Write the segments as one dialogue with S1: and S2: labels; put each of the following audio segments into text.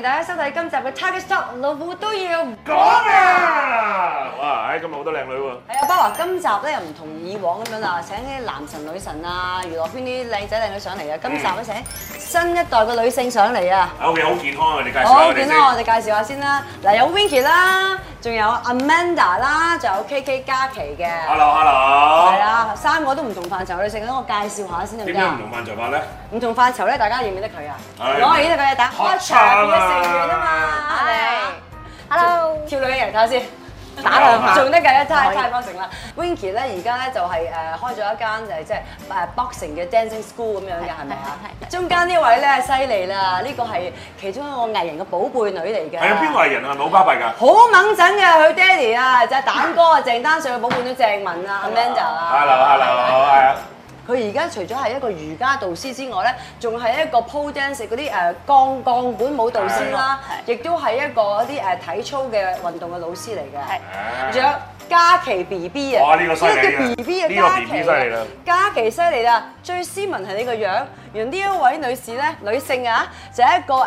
S1: 今集嘅 Target Stock 老虎都要
S2: 講啊！哇，唉，今日好多靚女喎。
S3: 係啊，包華今集咧又唔同以往咁樣啦，請啲男神女神啊，娛樂圈啲靚仔靚女上嚟啊，今集
S2: 嗯
S3: 咧請新一代嘅女性上嚟啊！
S2: 啊，OK，好健 À, 康啊！你介紹下
S3: 好，
S2: 我哋
S3: 見
S2: 先。
S3: 啦，我哋介紹下先啦。嗱，有 Winky 啦，仲有 Amanda 啦，仲有 KK 嘉琪嘅，
S2: Hello，Hello。
S3: 係。啦，三個都唔同範疇，你食緊我介紹下先得唔
S2: 點
S3: 得
S2: 樣
S3: 啊
S2: 唔？同範疇法咧？
S3: 唔同範疇咧，大家認唔認得佢啊？
S2: 係
S3: 我係認得佢係打
S2: Hot
S3: Hot 場
S2: Chart
S3: 嘅
S2: 啊
S3: 成員啊嘛，係。
S1: Hello，
S3: 跳女嘅人睇 下先。
S2: 打兩下
S3: 仲得嘅，太
S1: 可以
S3: 太方成啦。Winky 咧而家咧就係誒開咗一間誒即係誒 boxing 嘅 dancing school 咁樣嘅係咪啊
S1: 係係？係
S3: 中間呢位咧犀利啦，呢個係其中一個藝人嘅寶貝女嚟嘅。
S2: 係啊，邊個藝人啊？係咪好巴閉㗎？
S3: 好猛整嘅佢爹哋啊，就係蛋哥啊，鄭丹瑞嘅寶貝女鄭文啊，Amanda 啊。
S2: Hello，Hello，係啊。
S3: 佢而家除咗係一個瑜伽導師之外咧，仲係一個 pole dance 嗰啲誒鋼鋼管舞導師啦，
S1: 係
S3: 亦都係一個嗰啲誒體操嘅運動嘅老師嚟嘅
S1: 係。
S3: 仲有嘉琪 B B 啊，
S2: 哇呢個犀利啊
S3: 呢個 B B 啊，
S2: 呢個
S3: 嘉琪
S2: BB 犀利啦
S3: 嘉琪犀利啦，最斯文係呢個樣。原呢一位女士咧，女性啊，就係一個誒誒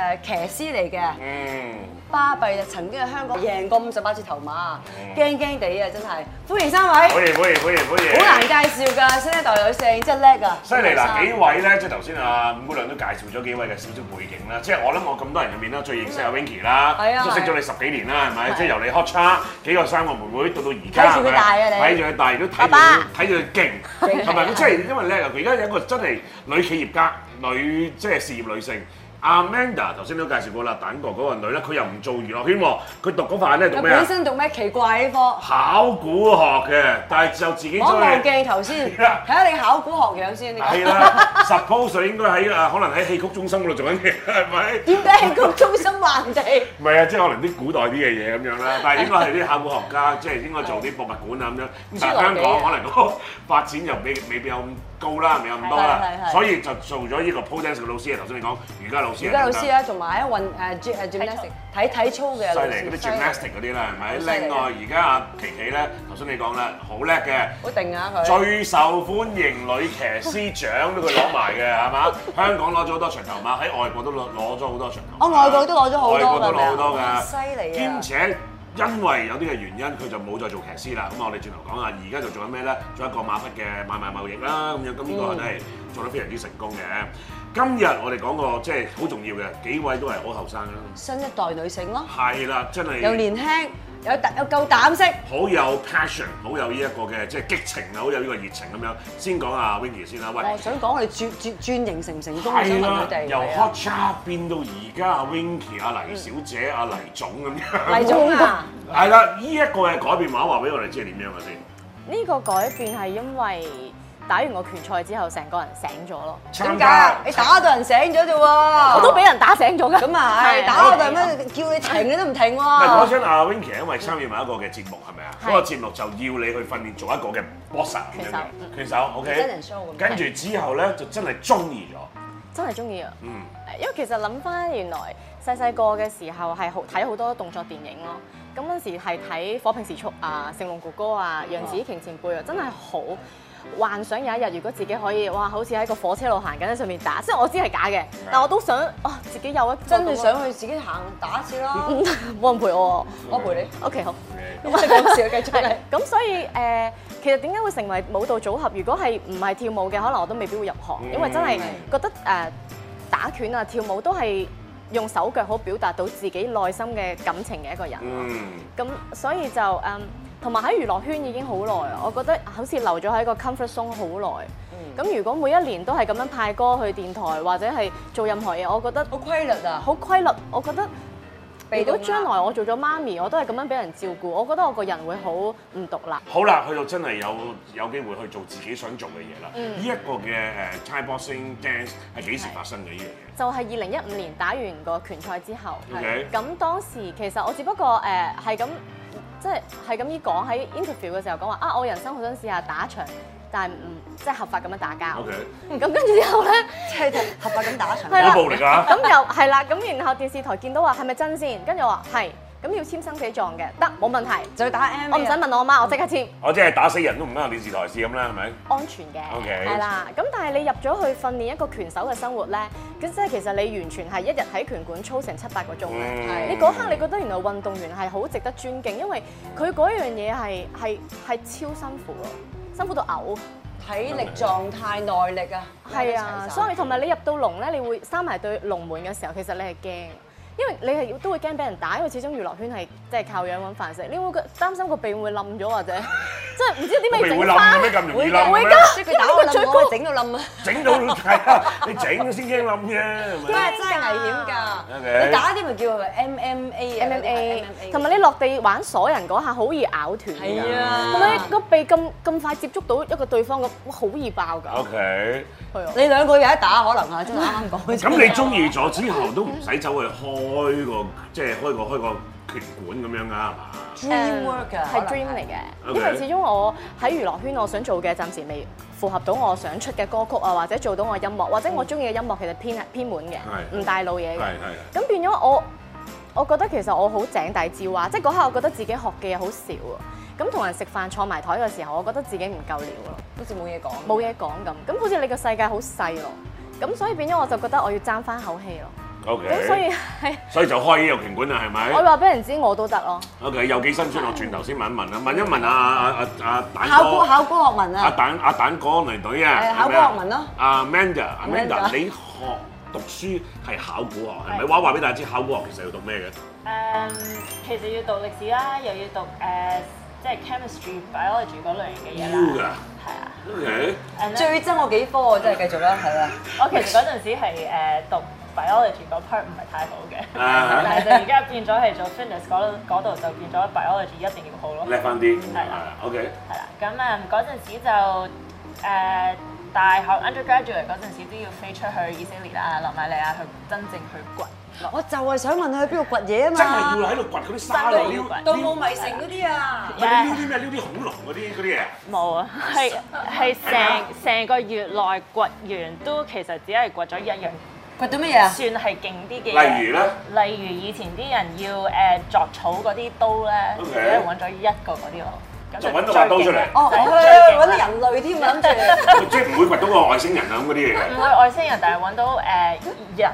S3: 誒騎師嚟嘅，
S2: Ừ. 嗯，
S3: 巴閉啊！曾經喺香港贏過五十八次頭馬，
S2: 嗯
S3: 驚驚地啊，真係！歡迎三位，
S2: 歡迎歡迎歡迎歡迎。
S3: 好難介紹㗎，新一代女性真係叻啊！
S2: 犀利嗱，幾位咧，即係頭先啊五姑娘都介紹咗幾位嘅少少背景啦。即係我諗我咁多人入面啦，最認識阿 Winky 啦
S3: 係啊，
S2: 都識咗你十幾年啦，係咪？即係由你 hot 叉幾個三個妹妹到到而家，
S3: 睇住佢大啊你
S2: 睇住佢大，亦都睇
S1: 阿
S2: 住
S1: 爸
S2: 佢睇住佢勁，同埋佢即係因為咧，佢而家有一個真係女企業家、女即係事業女性。Amanda 頭先都介紹過啦，蛋哥嗰個女咧，佢又唔做娛樂圈喎，佢讀嗰份咧讀
S3: 佢
S2: 咩啊
S3: 本？身讀咩奇怪呢科？
S2: 考古學嘅，但係就自己
S3: 我
S2: 走
S3: 望
S2: 去。
S3: 鏡頭先，
S2: 係啦
S3: 睇下你考古學樣先。呢個
S2: 係啊啦，suppose 佢應該喺啊，可能喺戲曲中心嗰度做緊嘢，係咪？
S3: 點解係個中心橫地？
S2: 唔係啊，即係可能啲古代啲嘅嘢咁樣 啦，但係應該係啲考古學家，即係應該做啲博物館啊咁樣。咁但係香港可能嗰個發展又未未必有咁高啦，未有咁多啦
S3: 係係，係
S2: 所以就做咗呢個 p o d a n c e 嘅老師啊，頭先你講瑜伽老師
S3: 瑜
S2: 啊，
S3: 伽老師啦，同埋一運誒 g 誒 à, gymnastic 睇體操嘅
S2: 犀
S3: 老
S2: 利嗰
S3: 師，
S2: 啲
S3: 啊
S2: gymnastic 嗰啲啦，係咪？
S3: 好犀利
S2: 另外而家阿琪琪咧，頭先你講啦，好叻嘅。
S3: 好定啊佢。
S2: 最受歡迎女騎師獎都佢攞埋嘅係嘛？香港攞咗好多長頭馬，喺外國都攞攞咗好多長頭馬。
S3: 哦外國都攞咗好多㗎
S2: 外國都攞好多
S3: 係咪啊
S2: 㗎。
S3: 犀利啊
S2: 兼且因為有啲嘅原因，佢就冇再做騎師啦。咁我哋轉頭講下，而家就做緊咩咧？做一個馬匹嘅買賣貿易啦，咁樣咁呢個都係做得非常之成功嘅。今日我哋講個即係好重要嘅幾位都係好後生啦，
S3: 新一代女性咯，
S2: 係啦，真係
S3: 又年輕，有膽又夠膽識。
S2: 好有 passion，好有呢一個嘅即係激情啊，好有呢個熱情咁樣。先講阿 Winky 先啦，喂。
S3: 我想講我哋轉轉轉型成唔成功，我想
S2: 係
S3: 問
S2: 啦
S3: 佢哋。，
S2: 由
S3: 係啊
S2: hot 叉變到而家阿 Winky、阿黎小姐、阿黎總咁樣。
S3: 黎總啊，
S2: 係啦，呢一個嘅改變話話俾我哋知係點樣嘅先。
S4: 呢個改變係因為打完個拳賽之後，成個人醒咗咯。
S3: 點解啊？你打到人醒咗啫喎。
S4: 我都俾人打醒咗㗎。
S3: 哦咁啊係，打我哋咩叫你停你都唔停
S2: 唔係講
S3: 喎。
S2: 真，阿 Winky 係因為參與埋一個嘅節目係咪啊？
S4: 係
S2: 嗰個節目就要你去訓練做一個嘅 boxer 咁樣嘅拳
S4: 拳手
S2: 手，OK。
S3: 真人 show 咁
S2: 跟住之後咧，就真係中意咗。
S4: 真係中意啊！
S2: 嗯。
S4: 因為其實諗翻原來細細個嘅時候係好睇好多動作電影咯。咁嗰陣時係睇《火拼時速》啊，《成龍哥哥》啊，《楊紫瓊前輩》啊，真係好幻想有一日如果自己可以哇，好似喺個火車路行緊喺上面打，雖然我知係假嘅，但我都想哇自己有一個
S3: 真係
S4: 咁
S3: 想去自己行打一次 啦，
S4: 冇人陪我
S3: 我陪你。
S4: 喎。OK 好。
S3: 咁係講笑，繼續
S4: 係
S3: 嚟。
S4: 咁所以誒、呃其實點解會成為舞蹈組合？如果係唔係跳舞嘅，可能我都未必會入行，
S2: 嗯
S4: 因為真係覺得誒、呃打拳啊、跳舞都係用手腳好表達到自己內心嘅感情嘅一個人。
S2: 嗯。
S4: 咁、所以就誒，嗯同埋喺娛樂圈已經好耐啦，我覺得好似留咗喺個 comfort zone 好耐。
S3: Ừ.
S4: 咁、如果每一年都係咁樣派歌去電台或者係做任何嘢，我覺得
S3: 好規律啊，
S4: 好規律。我覺得
S3: 被動
S4: 如果
S3: 啦
S4: 將來我做咗媽咪，我都係咁樣俾人照顧，我覺得我個人會好唔獨立。
S2: 好啦，去到真係有有機會去做自己想做嘅嘢啦。
S4: 嗯
S2: 呢一、個嘅誒 Thai boxing dance 係幾時發生嘅呢樣
S4: 就係二零一五年打完個拳賽之後，
S2: OK
S4: 咁當時其實我只不過誒係咁，即係係咁依講喺 interview 嘅時候講話啊，我人生好想試下打場，但係唔即係合法咁樣打交。
S2: 嘢？OK，
S4: 咁跟住之後咧，
S3: 即係合法咁打一場。
S4: 係啦
S2: 好暴力啊！
S4: 咁又係啦，咁然後電視台見到話係咪真先？跟住我話係，咁要簽生死狀嘅，得冇問題。
S3: 就要打 M
S4: 我唔使問我阿媽，我即刻簽。
S2: 我即係打死人都唔關我電視台事咁啦，係咪？
S4: 安全嘅，
S2: OK
S4: 係啦。咁但係你入咗去訓練一個拳手嘅生活咧，咁即係其實你完全係一日喺拳館操成七八個鐘嘅。
S2: 嗯
S4: 你嗰刻你覺得原來運動員係好值得尊敬，因為佢嗰樣嘢係係係超辛苦咯，辛苦到嘔。
S3: 體力、狀態、耐力啊，
S4: 係啊，所以同埋你入到籠咧，你會閂埋對籠門嘅時候，其實你係驚。因為你係要都會驚俾人打，因為始終娛樂圈係即係靠樣揾飯食，你會擔心個鼻會冧咗 或者即係唔知啲咩
S2: 鼻會
S4: 整
S2: 冧啊嘅
S4: 翻
S2: 咩，咁容易
S3: 會㗎
S2: 冧嘅
S4: 會
S2: 咩？
S4: 㗎
S3: 即係佢打我
S4: 因為佢最
S3: 冧
S4: 高
S3: 我，整到冧啊！
S2: 整到係啊！你整咗先驚冧啫， 係
S3: 真
S2: 咪？
S3: 係真係危險㗎！
S2: OK
S3: 你打啲咪叫 MMA 啊嗰啲
S2: Ờ,
S4: MMA，
S3: 係
S4: 同埋你落地玩鎖人嗰下好易咬斷㗎，
S3: 係啊
S4: 同埋你個鼻咁咁快接觸到一個對方咁，哇好易爆㗎，
S2: OK，
S4: 係啊，
S3: 你兩個有一打可能啊，真係啱啱講。
S2: 咁你中意咗之後都唔使走去開個即係開個開個拳館咁樣㗎係嘛？
S3: dream work 啊，
S4: 係
S3: 可
S4: dream
S3: 能
S4: 嚟
S3: 係。
S4: 嘅，
S2: OK
S4: 因為始終我喺娛樂圈我想做嘅暫時未符合到我想出嘅歌曲啊，或者做到我音樂，或者我中意嘅音樂其實偏偏門嘅，
S2: Ừ。係
S4: 唔大路嘢
S2: 係
S4: 嘅。
S2: 係。
S4: 咁變咗我，我覺得其實我好井底之蛙，即係嗰刻我覺得自己學嘅嘢好少啊。咁同人食飯坐埋台嘅時候，我覺得自己唔夠料咯。
S3: 好似冇嘢講。
S4: 冇嘢講咁，咁好似你個世界好細咯，咁所以變咗我就覺得我要爭翻口氣咯，
S2: OK，
S4: 咁所以係
S2: 所以就開呢個拳館啦，係
S4: 我
S2: 咪
S4: 話俾人知我都得咯，
S2: ？OK，有幾辛酸，我轉頭先問一問啦，問一啊問阿阿阿阿蛋
S3: 考古
S2: 哥，
S3: 考古學文
S2: 阿
S3: 啊，
S2: 蛋阿蛋哥嚟隊啊，
S3: 誒考古學文咯。
S2: 阿 Manda，阿 Manda，
S3: Amanda
S2: 你學讀書係考古學，係咪話話俾大家知考古學其實要讀咩嘅？
S5: 誒，嗯其實要讀歷史啦，又要讀誒，即係 chemistry、biology 嗰類型嘅嘢
S2: 要
S5: 啦。
S2: 㗎
S5: 係啊
S2: ，OK，
S5: ，and then-
S3: 最憎我幾科啊，真係繼續啦，係啊。
S5: 我其實嗰陣時係誒讀 biology 嗰 part 唔係太好嘅，
S2: 啊
S5: 但係就而家變咗係做 fitness 嗰度嗰度就變咗 biology 一定要好咯。
S2: 叻翻啲，
S5: 係
S2: 係
S5: 啦
S2: 啊，OK，
S5: 係啦，咁誒嗰陣時就誒、大學 undergraduate 嗰陣時都要飛出去以色列啊、羅馬尼亞去真正去掘落
S3: 我就係想問佢去邊度掘嘢啊
S2: 真係要
S3: 嘛。
S2: 喺度掘嗰啲沙落，撩
S5: 掘
S3: 盜
S2: 撩
S3: 墓迷城嗰啲啊，
S2: 唔係你撩啲咩？撩啲恐龍嗰啲嗰啲嘢。
S5: 冇啊，係係成成個月內掘完都其實只係掘咗一樣，
S3: 掘到乜嘢啊？
S5: 算係勁啲嘅嘢。
S2: 例如咧，
S5: 例如以前啲人要誒、鑿草嗰啲刀咧，
S2: OK
S5: 只係揾咗一個嗰啲咯，咁
S2: 就揾到把刀出嚟
S5: 最勁啦
S3: 哦，
S5: 就係
S3: 我去揾
S5: 最勁啦
S3: 人類添啊，諗住。
S2: 即係唔會掘到個外星人啊咁嗰啲嘢嘅。
S5: 唔會外星人，但係揾到誒、人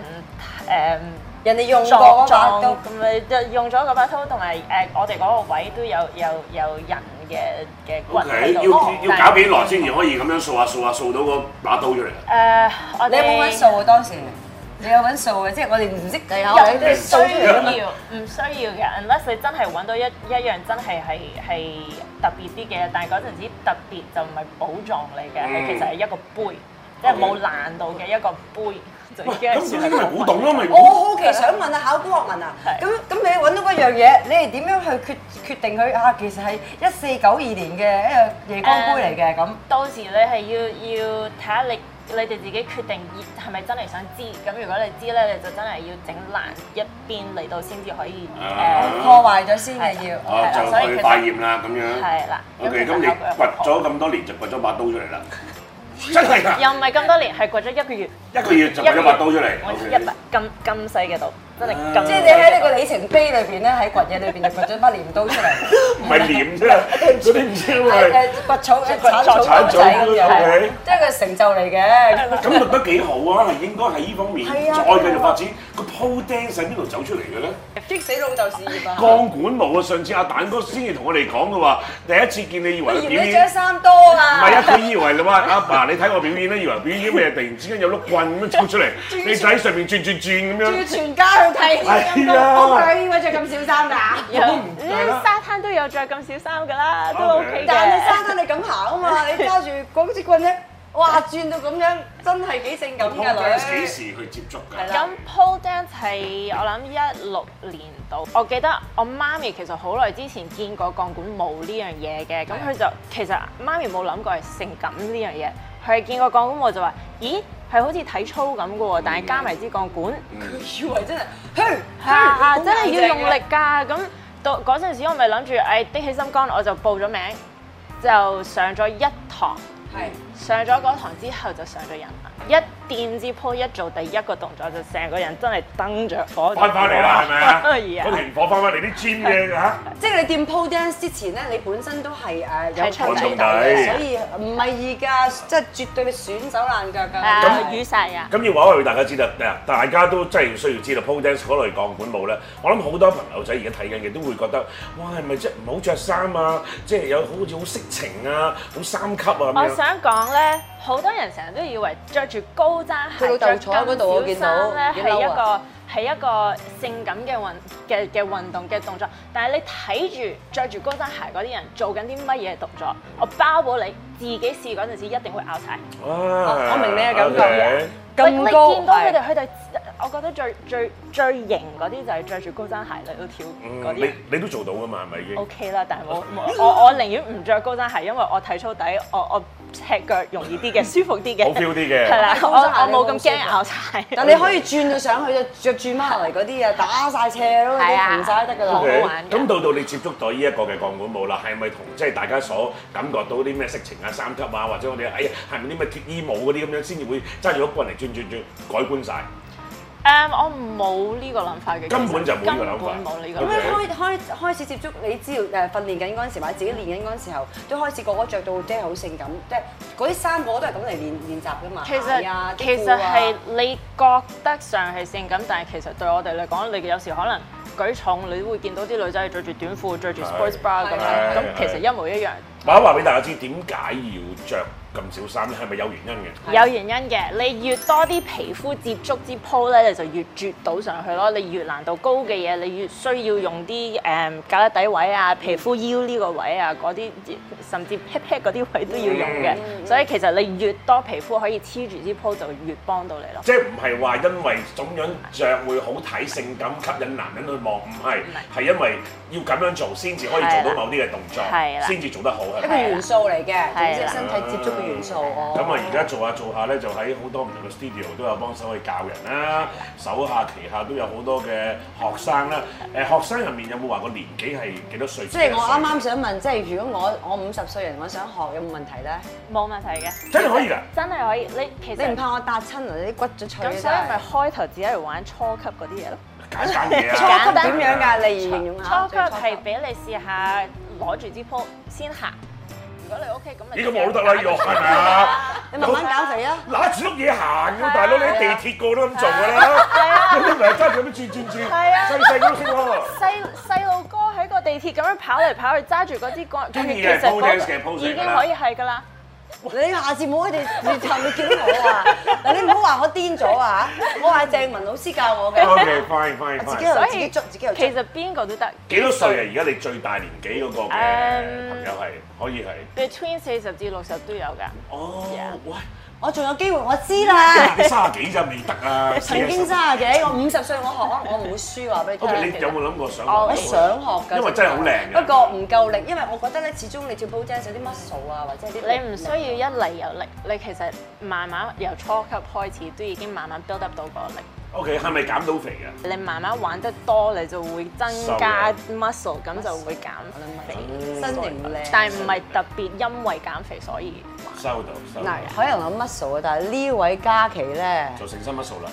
S5: 誒。
S3: 人哋用過嗰
S5: 撞
S3: 把
S5: 撞
S3: 刀
S5: 咁，咪就用咗嗰把刀，同埋誒我哋嗰個位都有有有人嘅嘅骨
S2: O K，
S5: 喺
S2: 要
S5: 度。
S2: 要要搞幾耐先至可以咁樣掃下掃下掃到個把刀出嚟？啊
S5: 誒，我
S3: 你
S5: 哋
S3: 有冇揾數啊？當時你有揾數嘅，即係我哋唔識計下，我哋
S5: 唔需
S3: 數出嚟㗎嘛。
S5: 要，唔需要嘅。unless 你真係揾到一一樣真係係係特別啲嘅，但係嗰陣時特別就唔係寶藏嚟嘅，
S2: 嗯
S5: 係其實係一個杯，即係冇爛到嘅一個杯，就已經係
S2: 嗯咁
S5: 算
S2: 呢啲咪
S5: 係
S2: 古董咯，咪
S3: 我
S2: 古
S3: 好奇想問啊，考古學文啊，
S5: 係
S3: 咁咁你揾到嗰樣嘢，你係點樣去決決定佢啊？其實係一四九二年嘅一個夜光杯嚟嘅咁。
S5: 到時你係要要睇下你你哋自己決定要係咪真係想知。咁如果你知咧，你就真係要整爛一邊嚟到先至可以誒。
S2: 啊
S3: 破壞咗先嘅要。
S2: 哦，
S5: 係啦所以
S2: 就
S5: 其
S2: 去
S5: 實
S2: 化驗啦咁樣。
S5: 呃係啦，
S2: O
S5: 其
S2: K，
S5: 實
S2: 咁你
S5: 考過一個
S2: 掘咗咁多年就掘咗把刀出嚟啦，真係㗎，
S5: 又唔係咁多年，係掘咗一個月。
S2: 一個月就掘咗把刀出嚟。
S5: 我
S2: O
S5: 一
S2: K，
S5: 粒咁咁細嘅度，真係
S2: 啊
S5: 咁細嘅度。
S3: 即係你喺呢個里程碑裏邊咧，喺掘嘢裏邊就掘咗把鐮刀出嚟，
S2: 唔係鐮啫，嗰啲唔知啊
S3: 誒
S2: 因為
S3: 誒掘草誒鏟草
S2: 鏟
S3: 刀
S2: 草
S3: 仔咁
S2: ，OK
S3: 樣，即係佢成就嚟嘅。
S2: 咁咪都幾好啊，係應該喺呢方面
S3: 係啊
S2: 再繼續發展。個 po dance 喺邊度走出嚟嘅咧？
S3: 激死老豆事業啊！
S2: 鋼管舞啊！上次阿蛋哥先至同我哋講嘅話，第一次見你以為佢
S3: 嫌
S2: 表
S3: 你
S2: 演
S3: 張。衫多
S2: 唔
S3: 啊！
S2: 係啊！佢以為你話 阿爸，你睇我表演咧，以為表演咩？突然之間有碌棍咁樣抽出嚟，你就喺上面轉轉轉咁
S3: 要
S2: 樣。
S3: 全家去睇啲
S2: 係啊
S3: 咁多，點解着咁少衫㗎？
S5: 有
S2: 係啦
S5: 嗯沙灘都有着咁少衫㗎啦，都
S2: OK
S5: OK
S3: 但係你
S5: 嘅。
S3: 生得你咁行啊嘛，你揸住嗰支棍咧，哇轉到咁樣，真係幾性感㗎
S2: p o d a 幾
S3: 女。
S2: 時去接觸
S3: 係
S2: 㗎？
S3: 啦
S5: 咁 pole dance 係我諗一六年度，我記得我媽咪其實好耐之前見過鋼管舞呢樣嘢嘅，咁佢就其實媽咪冇諗過係性感呢樣嘢，佢係見過鋼管舞就話：咦，係好似體操咁嘅喎，但係加埋支鋼管。
S3: 以為真係，嘿，
S5: 係 啊，真係要用力㗎。咁到嗰陣時，我咪諗住，誒的起心肝，我就報咗名，就上咗一堂。
S3: 係。
S5: 上咗嗰堂之後就上咗人啦。一掂支鋪一做第一個動作，就成個人真係燈着火。
S2: 翻返嚟啦，係咪 啊？
S5: 係
S2: 嗰
S5: 啊，
S2: 團火翻返嚟啲尖嘅嚇，
S3: 即係你掂 p o dance 之前咧，你本身都係誒有
S5: 係
S3: 出
S5: 出
S3: 底
S2: 底嘅
S3: 嘅，所以唔係易㗎，即係絕對損手爛腳㗎。
S5: 誒雨曬啊！
S2: 咁要話俾大家知啦，嗱，大家都真係需要知道 pole dance 嗰類鋼管舞咧，我諗好多朋友仔而家睇緊嘅都會覺得，哇，係咪即係唔好着衫啊？即係有好似好色情啊，好三級啊咁
S5: 我
S2: 樣。
S5: 想講咧，好多人成日都以為着住高踭
S3: 佢老
S5: 鞋、
S3: 豆
S5: 着
S3: 坐喺嗰度我
S5: 金
S3: 見
S5: 小
S3: 到
S5: 衫咧
S3: 幾
S5: 係
S3: 嬲
S5: 一個
S3: 啊
S5: 係一個性感嘅運嘅嘅運動嘅動作，但係你睇住着住高踭鞋嗰啲人做緊啲乜嘢動作，我包保你自己試嗰陣時一定會拗晒。
S2: 我
S3: 我明你嘅感覺
S2: OK
S3: 咁高
S5: 你見到佢哋
S3: 係
S5: 佢哋，我覺得最最最型嗰啲就係着住高踭鞋嚟到跳
S2: 嗯
S5: 嗰啲啊
S2: 你
S5: 人。
S2: 你都做到噶嘛？係咪已經
S5: O？K 啦，但係 冇冇我我寧願唔着高踭鞋，因為我睇粗底，我我赤腳容 易啲嘅，舒服啲嘅，
S2: 好 feel 啲嘅
S5: 係啦，我
S3: 高踭鞋你
S5: 我冇咁
S3: 冇
S5: 驚
S3: 舒服
S5: 拗柴。
S3: 但 你可以轉到上去就着住孖嚟嗰啲啊，打晒斜咯，
S5: 係
S3: 你
S5: 啊
S3: 平晒得㗎啦。
S2: OK，
S5: 玩嘅
S2: 咁到到你接觸到呢一個嘅鋼管舞啦，係咪同即係大家所感覺到啲咩色情啊、三級啊，或者我哋哎呀係咪啲咩脱衣舞嗰啲咁樣先至會揸住個棍嚟轉轉轉改觀晒？
S5: 誒，嗯我冇呢個諗法嘅，
S2: 根本就冇呢個諗法
S5: 根本冇呢個
S3: 咁
S5: 諗法。
S3: 你開開開始接觸，你知道誒訓練緊嗰陣時，或者自己練緊嗰陣時候，都開始個個着到即係好性感，即係嗰啲衫個個都係咁嚟練練習㗎嘛。
S5: 其
S3: 鞋
S5: 實
S3: 啊
S5: 其實係你覺得上係性感，但係其實對我哋嚟講，你有時可能舉重，你會見到啲女仔係着住短褲、着住 sports bra 咁
S2: 係
S5: 樣，咁其實一模一樣。
S2: 話一話俾大家知點解要着咁少衫咧？係咪有原因嘅？
S5: 有原因嘅，你越多啲皮膚接觸之鋪咧，你就越啜到上去咯。你越難度高嘅嘢，你越需要用啲誒、嗯、胳肋底位啊、皮膚腰呢個位啊嗰啲，甚至 pat pat 嗰啲位都要用嘅。所以其實你越多皮膚可以黐住支鋪，就越幫到你咯。
S2: 即係唔係話因為咁樣着會好睇、性感、吸引男人去望，唔係，係因為要咁樣做先至可以做到某啲嘅動作
S5: 係，啦
S2: 先至做得好係
S3: 一個
S2: 咪？
S3: 元素嚟嘅，
S5: 係
S3: 總之
S5: 啦
S3: 係身體接觸嘅元素。哦
S2: 咁啊，而家做下做下咧，就喺好多唔同嘅 studio 都有幫手去教人啦，手下旗下都有好多嘅學生啦。誒，學生入面有冇話個年紀係幾多歲？
S3: 即係我啱啱想問，即係如果我我五十歲人，我想學有冇問題咧？
S5: 冇問題嘅，
S2: 真係可以㗎，
S5: 真係可以。你其
S3: 你
S5: 實
S3: 唔怕我搭親啊？你啲骨咗脆
S5: 咁，所以咪開頭只係玩初級嗰啲嘢咯。
S2: 簡 單嘢啊！
S3: 初
S5: 簡
S3: 級
S5: 單
S3: 點樣㗎？你形容下。
S5: 初級係俾你試下攞住支鋪先行。如果你 OK 咁咪
S2: 咦，咁我都得啦，要學係咪啊？
S3: 你慢慢減肥啊！
S2: 揦住碌嘢行㗎，大佬你喺地鐵個都咁做㗎
S3: 啊
S2: 啦， 你咪揸住咁樣轉轉轉，
S5: 係啊
S2: 細細咁識 喎。
S5: 細細路哥喺個地鐵咁樣跑嚟跑去，揸住嗰支杆，
S2: 中意
S5: 其
S2: 嘅
S5: 實
S2: pole dance
S5: 嗰
S2: 嘅 pose 嚟㗎啦
S5: 已經可以係㗎啦。
S3: 你下次冇喺地鐵站你見到我啊！嗱，你唔好話我癲咗啊！我係鄭文老師教我 嘅，
S2: OK fine fine
S3: 自己
S2: fine。
S3: 又
S5: 所
S3: 自己
S5: 以
S3: 捉，自己又捉
S5: 其實邊個都得。
S2: 幾多歲啊？而家你最大年紀嗰個嘅
S3: 嗯
S5: 誒
S2: 朋友係可以係？
S5: ？Between 四十至六十都有㗎。
S2: 哦，喂。
S3: 我仲有機會，我知啦。
S2: 你卅幾咋未得啊？
S3: 曾經三廿幾，我五十歲我學，我唔會輸話俾你
S2: O K，
S3: 聽。
S2: 你有冇諗過想學？
S3: 我哦想學㗎，
S2: 因為真係好靚嘅
S3: 不過唔夠力，因為我覺得咧，始終你跳 pole dance 有啲 muscle 啊，或者有啲
S5: 你唔需要一嚟有力，你其實慢慢由初級開始都已經慢慢 build up 到個力。
S2: O K，係咪減到肥啊嘅？
S5: 你慢慢玩得多，你就會增加 muscle，咁就會減肥。
S2: 嗯
S3: 身形靚，
S5: 但係唔係特別因為減肥所以玩。
S2: 收到，收到
S3: 嗱，，可能有 muscle 啊，但係呢位嘉琪咧，
S2: 就成身 乜數啦？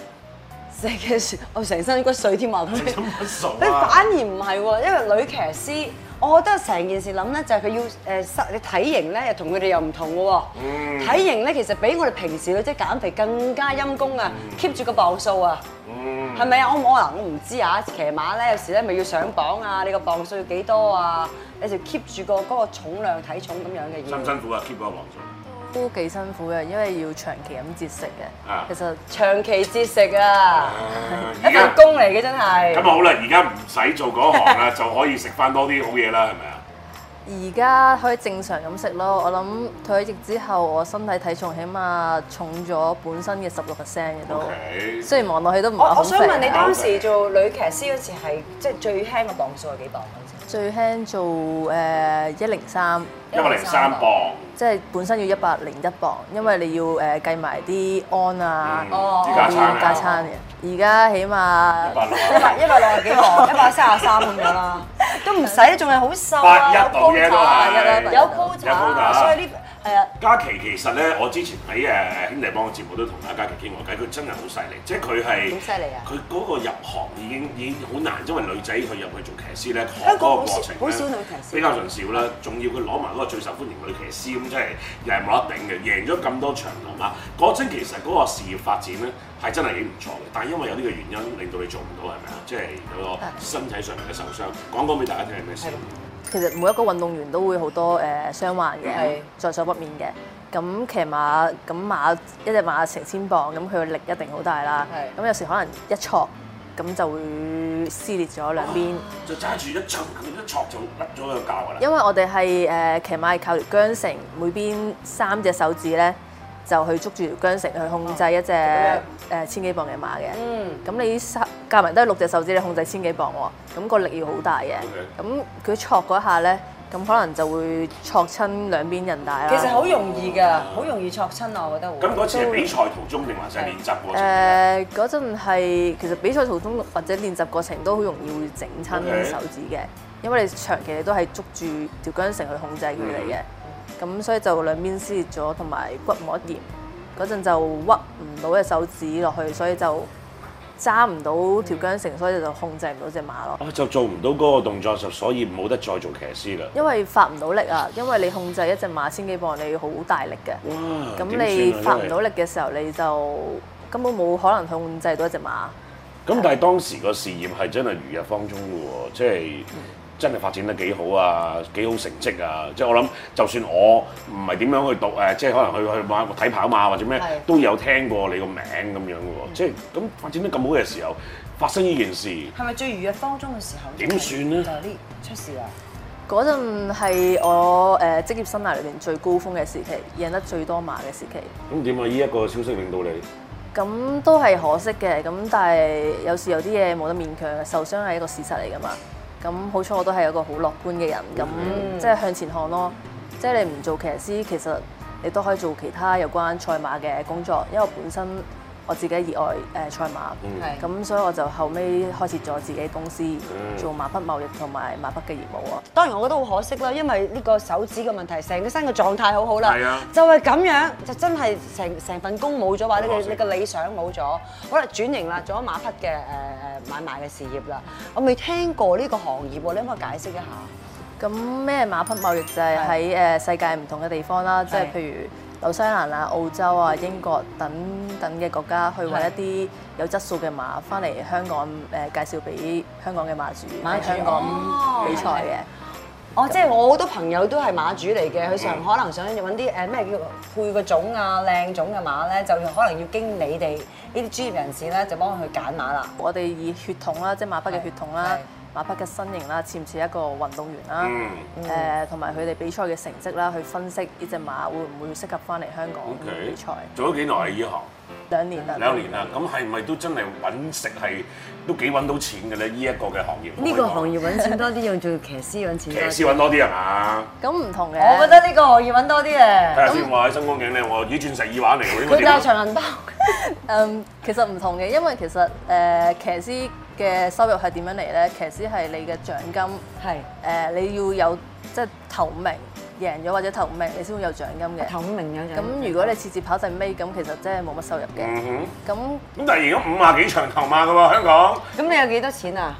S3: 成嘅我成身骨碎添啊！
S2: 成身乜數
S3: 你
S2: 啊？
S3: 反而唔係喎，因為女騎師，我覺得成件事諗咧就係佢要誒身你體型咧，又同佢哋又唔同嘅喎。
S6: 嗯
S3: 體型咧其實比我哋平時女仔減肥更加陰功啊，keep
S6: 嗯
S3: 住個磅數啊，係咪啊？我我嗱我唔知啊，騎馬咧有時咧咪要上磅啊，你個磅數要幾多啊？你就 keep 住個嗰個重量體重咁樣嘅
S2: 辛唔
S3: 嘢。
S2: 辛苦啊？keep 嗰個黃數
S6: 都幾辛苦嘅，因為要長期咁節食嘅。
S2: 啊
S6: 其！實
S3: 長期節食啊，一
S2: 而
S3: 份
S2: 家
S3: 工嚟嘅真係。
S2: 咁好啦，而家唔使做嗰行啦，就可以食翻多啲好嘢啦，係咪啊？
S6: 而家可以正常咁食咯。我諗退咗役之後，我身體體重起碼重咗本身嘅十六 percent 嘅都。
S2: OK
S6: 雖然望落去都唔係
S3: 我
S6: 好
S3: 我想問你
S6: 肥啊
S3: 當時做女騎師嗰時係即係最輕嘅磅數係幾磅啊嗰陣時？
S6: 最輕做誒一零三，
S2: 一百零三磅，
S6: 即係本身要一百零一磅，因為你要誒計埋啲安啊
S2: 嗯，
S3: 哦
S2: 啲架
S6: 啲
S2: 撐啊
S6: 加餐嘅。而家起碼
S2: 一百
S3: 一百
S2: 六啊
S3: 一百六十幾 磅，一百三十三咁樣啦，都唔使，仲係好瘦
S2: 八
S3: 啊，
S2: 一度啫都係
S3: 有 quota，有
S2: 有 quota
S3: quota，所以呢係啊，
S2: 嘉琪其實咧，我之前喺誒兄弟幫嘅節目都同阿嘉琪傾過偈，佢真係好犀利，即係佢係
S3: 好犀利啊
S2: 佢嗰個入行已經已經好難，因為女仔去入去做騎師咧，學
S3: 香
S2: 嗰個
S3: 港好
S2: 過
S3: 少
S2: 程呢
S3: 好少女騎師
S2: 比較上少啦，仲要佢攞埋嗰個最受歡迎女騎師咁，真係又係冇得頂嘅，贏咗咁多場同埋嗰陣其實嗰個事業發展咧係真係幾唔錯嘅，但係因為有呢個原因令到你做唔到係咪啊？即係有個身體上面嘅受傷，講講俾大家聽係咩事？
S4: 其實每一個運動員都會好多誒、呃、傷患
S3: 係
S4: 嘅，在所不免嘅。咁騎馬咁馬一隻馬成千磅，咁佢嘅力一定好大啦。
S3: 係
S4: 咁有時可能一挫，咁就會撕裂咗兩邊。
S2: 就揸住一戳佢一戳就甩咗個教㗎啦。
S4: 因為我哋係誒騎馬係靠條韁繩，每邊三隻手指咧就去捉住條韁繩去控制一隻誒、呃千幾磅嘅馬嘅。
S3: 哦嗯，
S4: 咁你三夾埋都係六隻手指，你控制千幾磅喎，咁個力要好大嘅。咁佢挫嗰下咧，咁可能就會挫親兩邊人大啦。
S3: 其實好容易㗎，好容易挫親啊！我覺得會。
S2: 咁嗰次係比賽途中定還是係練習過程？
S4: 誒嗰陣係其實比賽途中或者練習過程都好容易會整親
S2: OK
S4: 手指嘅，因為你長期你都係捉住條韁繩去控制佢哋嘅，
S2: 嗯
S4: 咁所以就兩邊撕裂咗，同埋骨膜炎嗰陣就屈唔到隻手指落去，所以就揸唔到條韁繩，所以就控制唔到只馬咯。
S2: 啊，就做唔到嗰個動作，就所以冇得再做騎師啦。
S4: 因為發唔到力啊，因為你控制一隻馬千幾磅，你要好大力嘅。
S2: 哇！
S4: 咁
S2: 點
S4: 你
S2: 算啊
S4: 發唔到。力嘅時候，你就根本冇可能去控制到一隻馬。
S2: 因為咁但係當時個事業係真係如日方中嘅喎，即係
S4: 嗯
S2: 真係發展得幾好啊，幾好成績啊！即係我諗，就算我唔係點樣去讀誒，即係可能去去馬睇跑馬或者咩
S3: 係，
S2: 都有聽過你個名咁樣
S4: 嗯
S2: 嘅喎。即係咁發展得咁好嘅時候，發生呢件事，
S3: 係咪最如日方中嘅時候？
S2: 點算呢
S3: 就係呢出事啊啦。
S4: 嗰陣係我誒職業生涯裏邊最高峰嘅時期，贏得最多馬嘅時期。
S2: 咁點啊？呢一個消息令到你
S4: 咁都係可惜嘅，咁但係有時有啲嘢冇得勉強嘅，受傷係一個事實嚟噶嘛。咁好彩我都係一個好樂觀嘅人，咁即係向前看咯。即係你唔做騎師，其實你都可以做其他有關賽馬嘅工作，因為我本身我自己熱愛誒、呃、賽馬，
S2: 嗯
S3: 係
S4: 咁、所以我就後尾開始咗自己公司做馬匹貿易同埋馬匹嘅業務啊。
S3: 當然我覺得好可惜啦，因為呢個手指嘅問題，成個身嘅狀態好好啦，
S2: 係啊
S3: 就係咁樣，就真係成成份工冇咗，或者
S2: 好可
S3: 你
S2: 惜
S3: 你個理想冇咗，好啦轉型啦，做咗馬匹嘅誒誒買賣嘅事業啦，我未聽過呢個行業喎，你可唔可以解釋一下？
S4: 咁咩馬匹貿易就係喺誒呃世界唔同嘅地方啦，即係譬如紐西蘭啊、澳洲啊、英國等等嘅國家，去揾一啲有質素嘅馬翻嚟香港誒介紹俾香港嘅馬主
S3: 馬
S4: 喺
S3: 主
S4: 香
S3: 哦
S4: 港比賽嘅。
S3: 哦，即係我好多朋友都係馬主嚟嘅，佢常可能想揾啲誒咩叫配個種啊靚種嘅馬咧，就可能要經你哋呢啲專業人士咧，就幫佢揀馬啦。
S4: 我哋以血統啦，即係馬匹嘅血統啦、馬匹嘅身形啦，似唔似一個運動員啦？
S2: 嗯
S4: 誒，同埋佢哋比賽嘅成績啦，去分析呢隻馬會唔會適合翻嚟香港
S2: OK
S4: 比賽？
S2: 做咗幾耐啊？呢行？
S4: 兩年啦，
S2: 兩年啦，咁係咪都真係揾食係都幾揾到錢嘅咧？呢、一個嘅行業，
S7: 呢個行業揾錢多啲，用做騎師揾錢
S2: 騎
S7: 多
S2: 師
S7: 啲。
S2: 揾多啲係嘛？
S7: 嗯
S4: 咁唔同嘅。
S3: 我覺得呢個行業揾多啲
S2: 睇
S3: 咧，
S2: 下先，我喺新光景咧，我咦鑽石耳環嚟喎，應該
S3: 佢
S2: 點
S3: 帶
S2: 啊？
S3: 長銀包。
S4: 誒，嗯其實唔同嘅，因為其實誒、呃、騎師嘅收入係點樣嚟咧？騎師係你嘅獎金，誒、
S3: 係
S4: 你要有即係頭五名贏咗或者頭五名，你先會有獎金嘅。
S3: 頭五名有獎。
S4: 咁如果你次次跑第尾，咁其實真係冇乜收入嘅。
S2: 嗯
S4: 咁
S2: 哼，咁但係而家五啊幾長頭馬嘅喎，香港。
S3: 咁你有幾多錢啊？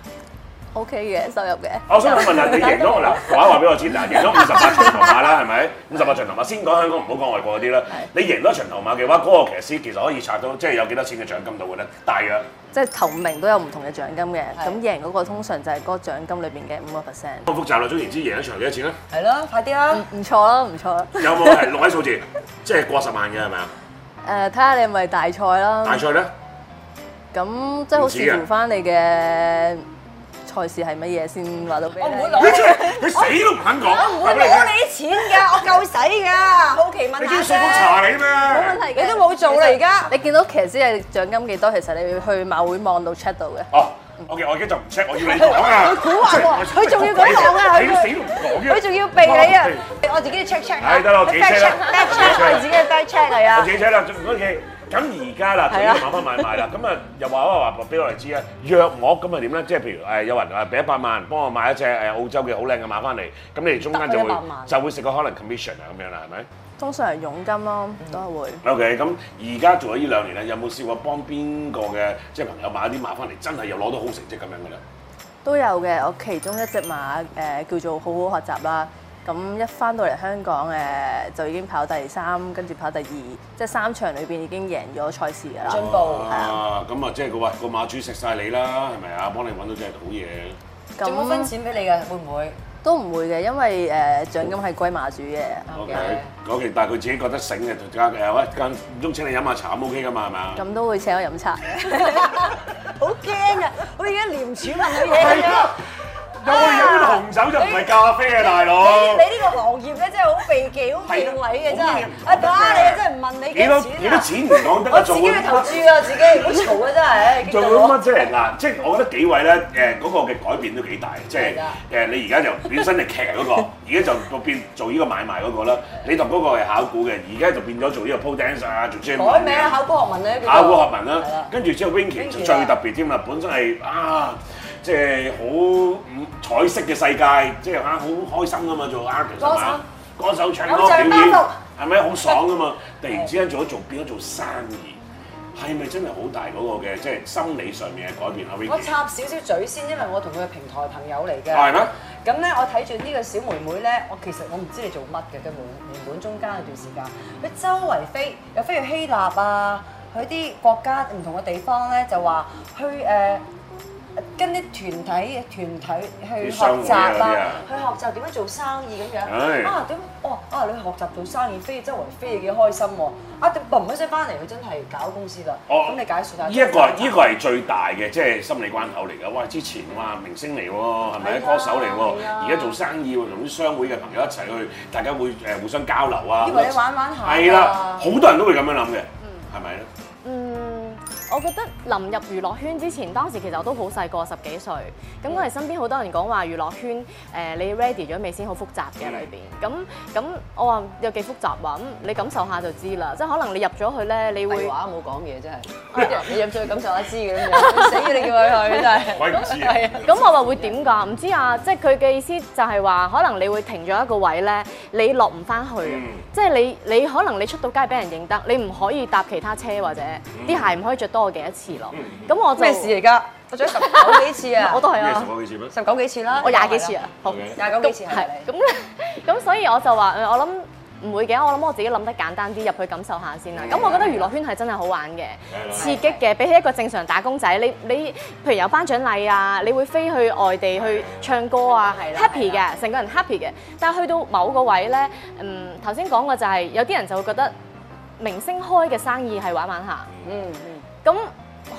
S4: OK 嘅收入嘅。
S2: 我想問下，你贏咗 嗱，話話俾我知，嗱，贏咗五十八長頭馬啦，係咪？五十八長頭馬先講香港，唔好講外國嗰啲啦。你贏咗長頭馬嘅話，嗰、個騎師其實可以拆到，即係有幾多錢嘅獎金到嘅咧？大約。
S4: 即係頭五名都有唔同嘅獎金嘅，咁贏嗰個通常就係嗰個獎金裏邊嘅五個 percent。
S2: 好複雜啦，總言之，贏咗場幾多錢咧？
S3: 係咯，快啲啊
S7: 嗯
S3: 啦！
S4: 唔錯啦，唔錯啦。
S2: 有冇係六位數字？即係過十萬嘅係咪啊？
S4: 呃誒，睇下你係咪大賽啦。
S7: 嗯
S2: 大賽啊咧？
S4: 咁即係好視乎翻你嘅賽事係乜嘢先話到俾你
S3: 我
S4: 聽。
S3: 唔會攞你，
S2: 佢死都唔肯講。
S3: 我唔會攞你啲錢㗎，我夠使㗎。好奇
S2: 你
S3: 問下
S2: 叫信福
S3: 啫。
S2: 查你咩？
S4: 係嘅
S3: 你都冇做啦而家
S4: 你見到騎師嘅獎金幾多？其實你要去馬會望到 check 到嘅。
S2: 哦，OK，我而家 Ờ, 就唔 check，我要你講啊！
S3: 佢蠱惑喎佢仲要咁講啊
S2: 你
S3: 佢
S2: 死都唔講嘅，
S3: 佢仲要避你啊！我自己 check check 啊
S2: 係得啦我自己 check 啦
S3: Fact check，fact check，我自己 fact check 嚟
S2: 我
S3: 啊！
S2: 自己 check 啦，唔該你。咁而家啦，就要慢慢買賣啦。咁啊，又話話話俾我哋知啊，約我咁啊點咧？即係譬如誒，有人誒俾一百萬幫我買一隻誒澳洲嘅好靚嘅馬翻嚟，咁你哋中間就會
S3: 得我100萬
S2: 就會食個可能 commission à, 啊咁樣啦，係咪
S6: 通常係佣金咯，
S4: 嗯
S6: 都係會。
S2: ？OK，咁而家做咗呢兩年咧，啊有冇試過幫邊個嘅即係朋友買啲馬翻嚟，真係又攞到好成績咁樣嘅咧？
S6: 都有嘅，我其中一隻馬誒、呃叫做好好學習啦。咁一翻到嚟香港誒、呃就已經跑第三，跟住跑第二，即係三場裏邊已經贏咗賽事㗎啦。
S3: 步
S2: 啊，咁啊，即係個喂個馬主食晒你啦，係咪啊？幫你揾到隻好嘢。
S3: 仲冇分錢俾你㗎，會唔會？
S6: 都唔會嘅，因為誒、呃、獎金係歸馬主嘅。
S4: 嗯
S2: OK，OK，但係佢自己覺得醒嘅，就間誒喂間唔中請你飲下茶咁 OK 噶嘛，係咪啊？
S6: 咁都會請我 飲茶嘅，
S3: 好驚啊！我而家廉署問佢
S2: 係
S3: 嘢。
S2: 啊，有我飲紅酒就唔係咖啡啊，大佬。
S3: 你呢個行業咧真係好避忌、好避諱嘅啊真係。阿爸，你啊真係唔問你幾
S2: 幾多
S3: 多
S2: 幾
S3: 錢
S2: 多
S3: 啊？
S2: 錢唔講得
S3: 我
S2: 哦啊，
S3: 自
S2: 做
S3: 己去投注啊，自己唔好嘈 啊，真係唉。激
S2: 做
S3: 到
S2: 到
S3: 我
S2: 乜啫？嗱，即係我覺得幾位咧誒嗰個嘅改變都幾大，即係
S3: 係啊
S2: 誒你而家就本身係劇嗰個，而家就變做呢個買賣嗰個啦。你同嗰個係考古嘅，而家就變咗做呢個 pole dance 啊，做 gym
S3: 改名啊，考古學文咧叫做。
S2: 考古學文啦
S3: 係啦，
S2: 跟住之後 Winky
S3: Winky 啊
S2: 就最特別添啦，本身係啊，即係好五彩色嘅世界，即係啊好開心噶嘛做 artist
S3: 歌手
S2: 啊歌手唱歌
S3: 偶
S2: 表
S3: 像
S2: 演
S3: 包
S2: 係咪好爽噶嘛？突然之間做咗做變咗做生意，係咪真係好大嗰個嘅即係心理上面嘅改變啊
S3: 我
S2: Winky？
S3: 插少少嘴先，因為我同佢係平台朋友嚟嘅。
S2: 係咩？
S3: 咁咧，我睇住呢個小妹妹咧，我其實我唔知你做乜嘅根本，原本中間嗰段時間，佢周圍飛，又飛去希臘啊，去啲國家唔同嘅地方咧，就話去誒、呃跟啲團體團體去學
S2: 啲商會
S3: 習
S2: 啊嗰啲
S3: 啊
S2: 啊，
S3: 去學習點樣做生意咁樣。
S2: 唉
S3: 啊點哦啊你去學習做生意飛周圍飛幾開心喎！啊點嘣一聲翻嚟，佢真係搞公司啦。咁你解説下
S2: 哦呢一個啊呢個係最大嘅，即係心理關口嚟㗎。哇！之前哇明星嚟喎，係咪
S3: 係啊
S2: 歌手嚟喎？
S3: 係啊
S2: 而家做生意喎，同啲商會嘅朋友一齊去，大家會誒互相交流啊。
S3: 以為你玩玩下㗎
S2: 係啦，好多人都會咁樣諗嘅，係咪咧？
S4: 嗯，我覺得臨入娛樂圈之前，當時其實我都好細個，十幾歲。咁我哋身邊好多人講話娛樂圈誒、呃你 ready 咗未先好複雜
S3: 嗯
S4: 嘅裏邊。咁咁我話有幾複雜啊？咁你感受下就知啦。即係可能你入咗去咧，你會
S3: 廢話冇講嘢真係，你入咗去感受下知嘅咁樣，死咗你叫佢去真係。
S2: 鬼唔知啊！
S3: 係啊
S4: 咁我話會點㗎？唔知啊，即係佢嘅意思就係話，可能你會停咗一個位咧，你落唔翻去，啊
S2: 嗯
S4: 即係你你可能你出到街俾人認得，你唔可以搭其他車或者啲、鞋唔可以着多我幾多次咯。咁、我就
S3: 咩事嚟㗎？我着咗十九幾次啊！
S4: 我都係
S2: 咩
S4: 啊
S2: 十。個幾次咩？
S3: 十九幾次啦，
S4: 我廿幾次啊，好
S2: OK
S3: 廿九幾次係
S4: 係
S3: 咪
S4: 咁咧，咁所以我就話誒呃我諗。唔會嘅，我諗我自己諗得簡單啲，入去感受下先啦。咁我覺得娛樂圈係真係好玩嘅
S2: 係，啦
S4: 刺激嘅。比起一個正常打工仔，你你譬如有頒獎禮啊，你會飛去外地去唱歌啊
S3: 係啦
S4: ，happy
S3: 係啦
S4: 嘅，成個人 happy 嘅。但係去到某個位咧，嗯，頭先講嘅就係有啲人就會覺得明星開嘅生意係玩玩下，
S3: 嗯
S4: 咁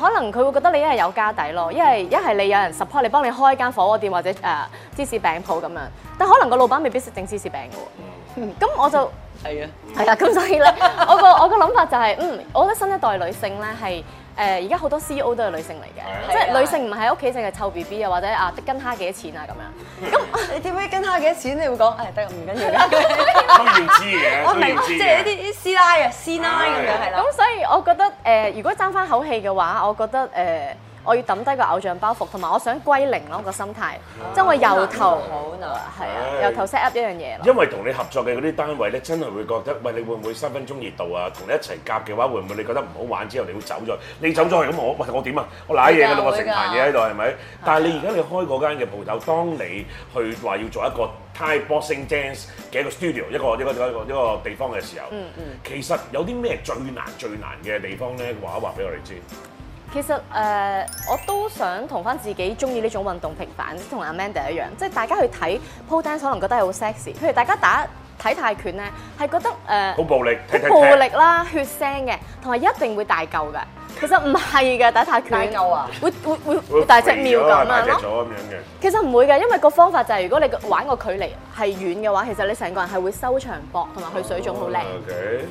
S4: 可能佢會覺得你一係有家底咯，一係一係你有人 support 你幫你開間火鍋店或者誒、呃芝士餅鋪咁樣，但可能個老闆未必識整芝士餅 嘅喎。咁我就
S3: 係啊，
S4: 係啊，咁所以咧， 我個我個諗法就係、嗯，我覺得新一代女性咧係。誒而家好多 CEO 都係女性嚟嘅，即
S3: 係啊
S4: 係女性唔係喺屋企淨係湊 B B 啊，或者啊的跟蝦幾多錢啊咁樣。咁
S3: 你點解跟蝦幾多錢？你會講誒得唔緊要嘅，
S2: 都要知嘅，
S3: 我
S2: 都
S3: 明
S2: 要 知
S3: 即係
S2: 嘅。
S3: 呢啲啲師奶啊、師奶咁樣係啦。
S4: 咁所以我覺得誒、呃如果爭翻口氣嘅話，我覺得誒、呃我要抌低個偶像包袱，同埋我想歸零咯個心態，
S3: 啊
S4: 即係我由頭
S3: 好難
S4: 係啊
S2: 唉，
S4: 由頭 set up 一樣嘢咯。
S2: 因為同你合作嘅嗰啲單位咧，真係會覺得，喂，你會唔會三分鐘熱度啊？同你一齊夾嘅話，會唔會你覺得唔好玩之後，你會走咗？你走咗去咁，我喂我點啊？我賴嘢㗎啦，
S3: 會㗎
S2: 我成盤嘢喺度係咪？但係你而家你開嗰間嘅鋪頭，當你去話要做一個 Thai boxing dance 嘅一個 studio，一個一個一個一個地方嘅時候，其實有啲咩最難最難嘅地方咧？話一話俾我哋知。
S4: 其實誒、呃我都想同翻自己中意呢種運動平反，同 Amanda 一樣，即係大家去睇 pole dance 可能覺得係好 sexy，譬如大家打睇泰拳咧，係覺得誒。呃
S2: 好暴力，踢踢
S4: 暴
S2: 踢。
S4: 力啦、血腥嘅，同埋一定會大嚿嘅。其實唔係嘅，打泰拳
S3: 大嚿啊，
S4: 會會會會大隻妙咁
S2: 大
S4: 樣
S2: 隻咗咁
S4: 咯。
S2: 樣嘅。
S4: 其實唔會嘅，因為個方法就係如果你個玩個距離係遠嘅話，其實你成個人係會收長膊同埋佢水腫好靚。
S2: 哦 OK。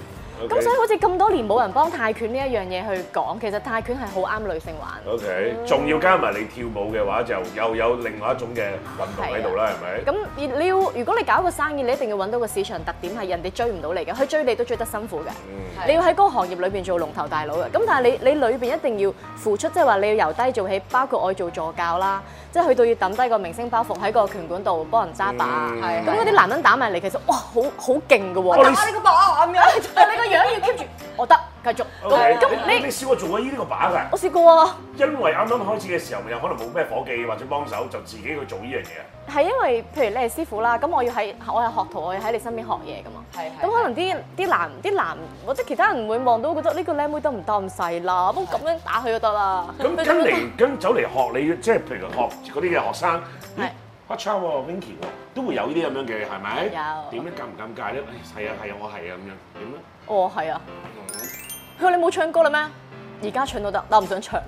S4: 咁所以好似咁多年冇人幫泰拳呢一樣嘢去講，其實泰拳係好啱女性玩。
S2: O K，仲要加埋你跳舞嘅話，就又有另外一種嘅運動喺度啦，係咪？
S4: 咁你你要如果你搞個生意，你一定要揾到個市場特點係人哋追唔到你嘅，佢追你都追得辛苦嘅。你要喺嗰個行業裏邊做龍頭大佬嘅。咁但係你你裏邊一定要付出，即係話你要由低做起，包括我做助教啦，即係去到要抌低個明星包袱喺個拳館度幫人揸把。
S2: 嗯
S4: 咁嗰啲男人打埋嚟，其實哇好好勁嘅
S2: 我
S4: 喎
S2: 哋。
S3: 打你個白眼咁樣。
S4: 但係你個樣要 keep 住，我得繼續。咁咁
S2: 你
S4: 你
S2: 你試過做過呢個把㗎？
S4: 我試過啊。
S2: 因為啱啱開始嘅時候，咪有可能冇咩伙計或者幫手，就自己去做呢樣嘢啊。
S4: 係因為譬如你係師傅啦，咁我要喺我係學徒，我要喺你身邊學嘢噶嘛。
S3: 係係
S4: 咁可能啲啲男啲男或者其他人會望到覺得呢個靚妹得唔得咁細啦，咁咁樣打佢就得啦。
S2: 咁跟嚟跟走嚟學你，即係譬如學嗰啲嘅學生，咦
S4: 係
S2: 黑叉喎，Winky 喎，都會有呢啲咁樣嘅係咪？
S4: 有
S2: 點咧尷唔尷尬咧？誒係啊係啊，我係啊咁樣點咧？
S4: 哦，係啊。
S2: 嗯
S4: 佢話你冇唱歌啦咩？而家唱都得，但我唔想唱。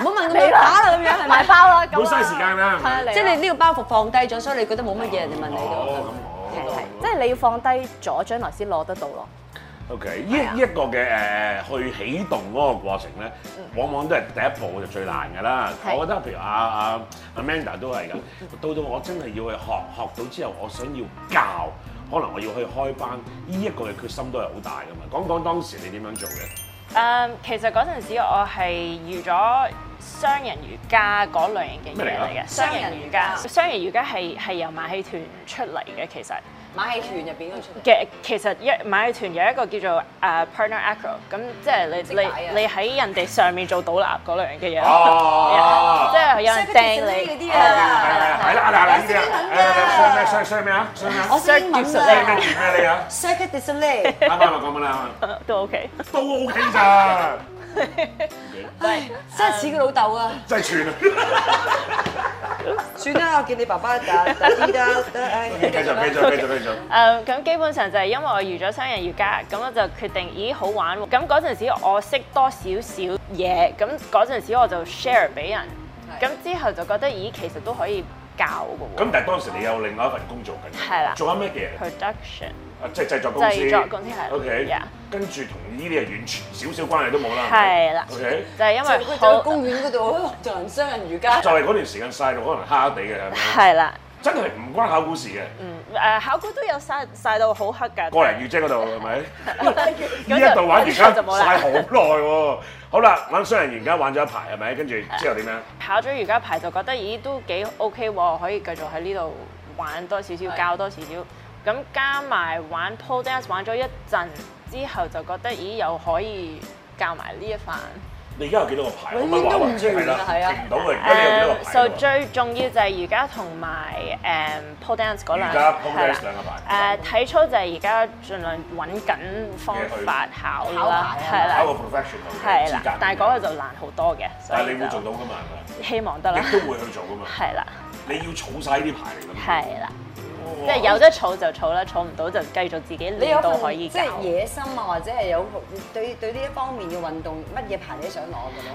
S3: 唔好問你打啦咁樣，係
S4: 買
S3: 咪？
S4: 包啦，咁
S2: 好
S4: 啦
S2: 嘥時間啦係
S4: 係
S2: 咪
S4: 啊，你
S3: 即係你呢個包袱放低咗，所以你覺得冇乜嘢人哋問你到。
S2: 哦，咁我
S4: 即係你要放低咗，將來先攞得到咯。
S2: OK，呢呢一個嘅誒去起動嗰個過程咧，往往都係第一步就最難㗎啦。
S4: 係
S2: 我覺得譬如阿阿 Amanda 都係㗎，到到我真係要去學學到之後，我想要教，可能我要去開班，呢一個嘅決心都係好大㗎嘛。講講當時你點樣做嘅？
S5: 誒，嗯其實嗰陣時我係預咗雙人瑜伽嗰類型嘅嘢嚟
S2: 咩嚟
S5: 嘅，
S2: 㗎
S5: 雙人瑜伽，
S3: 雙人瑜伽
S5: 雙人瑜伽係係由馬戲團出嚟嘅，其實
S3: 馬戲團入邊嗰個出嚟。
S5: 嘅其實一馬戲團有一個叫做誒 partner acro，咁即係
S3: 即係解啊
S5: 你你你喺人哋上面做倒立嗰類型嘅嘢咯，
S2: 哦
S5: 即係有人掟
S3: 嗰
S5: 你
S3: 啲啊，
S2: 係啦，係啦，呢啲啊，誒，上咩上上咩啊，上咩啊，
S3: 我識英文
S2: 咩
S3: 啊
S2: 咩你啊，
S3: ，circuit display。
S2: 啱啱啊，講緊啦，
S5: 都 OK。
S2: 都 OK 咋，
S3: 唉，真係似佢老豆啊！
S2: 真係串啊，
S3: 算啦，我見你爸爸 打打啲啦，得唉。
S2: 繼續繼續繼續繼續，
S5: 誒嗯咁基本上就係因為我預咗雙人瑜伽，咁我就決定咦好玩喎。咁嗰陣時我識多少少嘢，咁嗰陣時我就 share 俾人，咁之後就覺得咦其實都可以教嘅
S2: 咁但係當時你有另外一份工做緊，
S5: 係啦
S2: 做緊咩嘢？
S5: 喎。Production
S2: 啊，即係製作公司，
S5: 製作公司係
S2: ，OK，
S5: Yeah
S2: 跟住同呢啲係完全少少關係都冇啦，
S5: 係啦
S2: ，OK，
S5: 就係因為
S3: 佢喺
S5: 好
S3: 公園嗰度做人雙人瑜伽
S2: 就。係嗰段時間晒到可能蝦地嘅，係咪？
S5: 係啦，
S2: 真係唔關考古事嘅，
S5: 嗯誒考古都有曬曬到好黑㗎。
S2: 過嚟預姐嗰度係 咪？
S5: 咁就
S2: 呢一度玩瑜伽
S5: 咁就
S2: 晒
S5: 冇
S2: 好
S5: 啦。
S2: 耐喎。好啦，玩雙人瑜伽玩咗一排係咪？跟住之後點樣？
S5: 考咗瑜伽牌就覺得咦都幾 OK 喎，可以繼續喺呢度玩多少少，教多少少。咁加埋玩 pole dance 玩咗一陣之後，就覺得咦又可以教埋呢一範。
S2: 你而家有幾多個牌？可唔可以
S3: 永遠
S2: 話
S3: 都唔
S2: 話
S3: 完㗎係啊
S2: 停唔到嘅。而家你有幾多個牌
S5: 就
S2: 喎？
S5: 最重要就係瑜伽同埋誒 pole dance 嗰兩
S2: 瑜伽 pole dance
S5: 係啦
S2: 兩個牌
S5: 誒體操就係而家盡量揾緊方法考
S3: 考牌
S5: 啦
S3: 啊，
S5: 係
S2: 考個
S5: 啦，
S2: professional 嘅
S5: 係
S2: 資
S5: 啦
S2: 格。，
S5: 但係嗰個就難好多嘅，所
S2: 但係
S5: 以
S2: 啊你會做
S5: 就
S2: 到㗎嘛？
S5: 希望
S2: 係
S5: 得啦
S2: 咪？，你都會去做㗎嘛？
S5: 係啦，
S2: 你要儲晒呢啲牌嚟㗎嘛？
S5: 係啦。
S2: 哇
S5: 即係有得儲就儲啦，儲唔到就繼續自己
S3: 你有
S5: 練到可
S3: 份
S5: 以
S3: 即
S5: 搞。
S3: 係野心啊，或者係有對對呢一方面嘅運動，乜嘢牌你想攞嘅咧？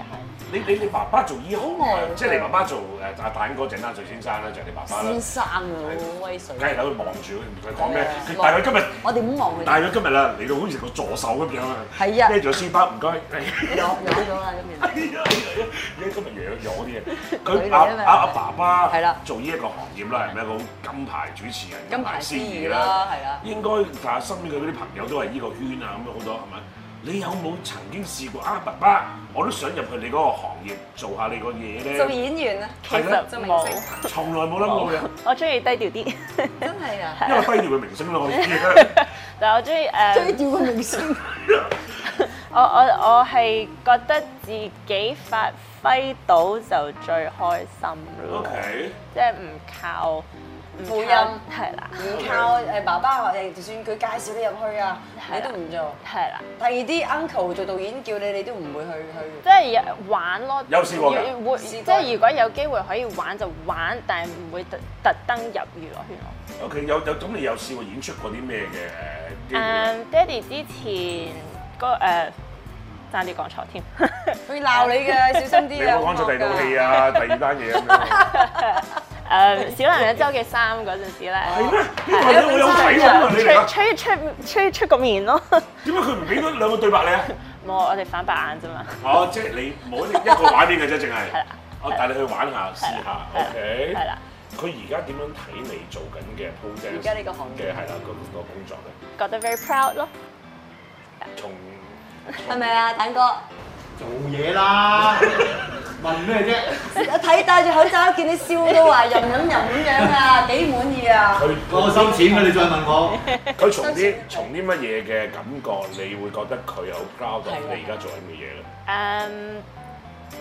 S2: 你你你爸爸做醫好
S3: 耐
S2: 即係你爸爸做誒阿蛋哥鄭丹瑞先生啦，就係你爸爸啦
S3: 先。生啊，好威水
S2: 梗。係喺度望住佢，佢講咩？佢
S3: 係
S2: 但係佢今日。
S3: 我哋唔好望佢。
S2: 但係佢今日啦，嚟到好似個助手咁樣啊！
S3: 係啊
S2: 孭住個書包唔該。
S3: 攞攞咗啦，咁樣。
S2: 因為今日養咗 啲嘢，
S3: 佢
S2: 佢
S3: 嚟啊
S2: 阿
S3: 嘛
S2: 阿阿爸爸
S3: 係啦
S2: 做呢一個行業啦，係咪一個好金牌主持人、
S3: 金牌司儀啦係啊
S2: 應該但係身邊佢嗰啲朋友都係呢個圈啊，咁樣好多係咪？你有冇曾經試過啊，爸爸，我都想入去你嗰個行業做下你個嘢
S3: 做
S2: 咧？
S3: 演員啊，
S5: 其
S2: 係啦
S5: 實
S3: 做明
S5: 冇
S3: 星，
S2: 從來冇諗過嘅，
S3: 哦
S5: 我中意低調 啲，
S3: 真係啊！
S2: 因為低調嘅明星咯，我 知。
S5: 但係我中意誒，
S3: 調個明星，
S5: 我我我係覺得自己發揮到就最開心咯
S2: O，K，
S5: 即係唔靠
S3: 配音
S5: 係啦
S3: 唔靠誒爸爸或誒，就算佢介紹你入去啊，你都唔做。
S5: 係啦，
S3: 第二啲 uncle 做導演叫你，你都唔會去去。
S5: 即係玩咯，
S2: 有試過㗎
S5: 要要會
S3: 試
S5: 即
S3: 過
S5: 係如果有機會可以玩就玩，但係唔會特特登入娛樂圈咯。
S2: O K，有有咁你有試過演出過啲咩嘅誒機會咧？
S5: 誒，嗯爹哋之前個誒爭啲講錯添。
S3: 佢鬧你嘅，小心
S2: 你
S3: 啲啊！
S2: 有冇講咗第二套戲
S3: 啊？
S2: 啊？第二單嘢咁樣。
S5: 誒誒小男人周嘅衫嗰陣時咧，
S2: 係咩？呢個女好有鬼喎！你哋
S5: 吹
S2: 啊
S5: 吹出吹出個面咯，
S2: 點解佢唔俾嗰兩個對白你啊？
S5: 冇我哋反白眼啫嘛，
S2: 哦，即係你冇一一個畫面嘅啫，淨係
S5: 係啦。
S2: 我帶你去玩下，試下
S5: 係啦
S2: ，OK。
S5: 係啦。
S2: 佢而家點樣睇你做緊嘅 project？
S3: 而家呢個行業
S2: 嘅係啦，個個工作咧，
S5: 覺得 very proud 咯。
S2: 從
S3: 係咪啊，蛋哥？
S8: 做嘢啦， 問咩啫？
S3: 我睇戴住口罩，見你笑到話任飲任咁樣啊，幾滿意啊！
S2: 佢
S8: 我收錢嘅，你再問我。
S2: 佢從啲從啲乜嘢嘅感覺，你會覺得佢好 proud of 你而家做緊嘅嘢咧？
S5: 誒、Um，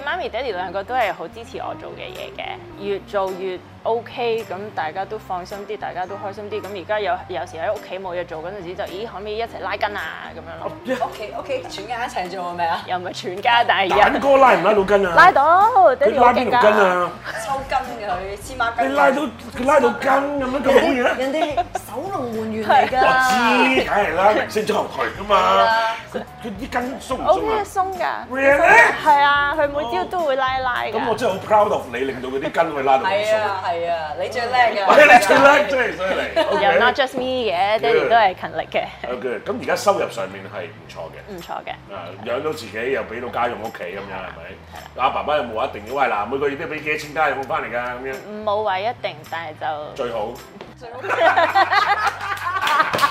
S5: 媽咪、爹哋兩個都係好支持我做嘅嘢嘅，越做越 OK，咁大家都放心啲，大家都開心啲。咁而家有有時喺屋企冇嘢做嗰陣時就，咦可唔可以一齊拉筋啊咁
S2: 哦
S5: 樣咯？
S2: Dạ.
S3: 屋企屋企全家一齊做係咪啊？
S5: 又唔係全家，但係
S2: 蛋
S5: 有
S2: 哥拉唔拉到筋啊？
S5: 拉到，爹
S2: 佢
S5: 哋好
S2: 拉邊
S5: 勁
S2: 條筋啊？
S3: 抽筋嘅佢，黐孖筋。
S2: 你拉到佢拉到筋咁樣咁好嘢咧？
S3: 人哋手龍換員嚟
S2: 我
S3: 㗎。
S2: 知，梗係啦，人先裝佢噶嘛
S3: 啦。
S2: 佢佢啲筋鬆唔
S5: O
S2: 鬆
S5: K
S2: 啊？
S5: 鬆㗎，
S2: Really？
S5: 係啊，佢每朝都會拉拉㗎。
S2: 咁我真係好 proud of 你，令到佢啲筋會拉到咁
S3: 係
S2: 鬆。
S3: 啊係啊，你最叻㗎。
S2: 喂，你最叻，真係犀利。
S5: 又 not
S2: OK，
S5: just me 嘅，爹哋都係勤力嘅，
S2: 好嘅。咁而家收入上面係唔錯嘅。
S5: 唔錯嘅。
S2: 啊，養到自己又俾到家用屋企咁樣係咪？阿爸爸有冇話一定要喂嗱每個月都要俾幾多錢家用翻嚟㗎咁樣？
S5: 冇話一定，但係就
S2: 最好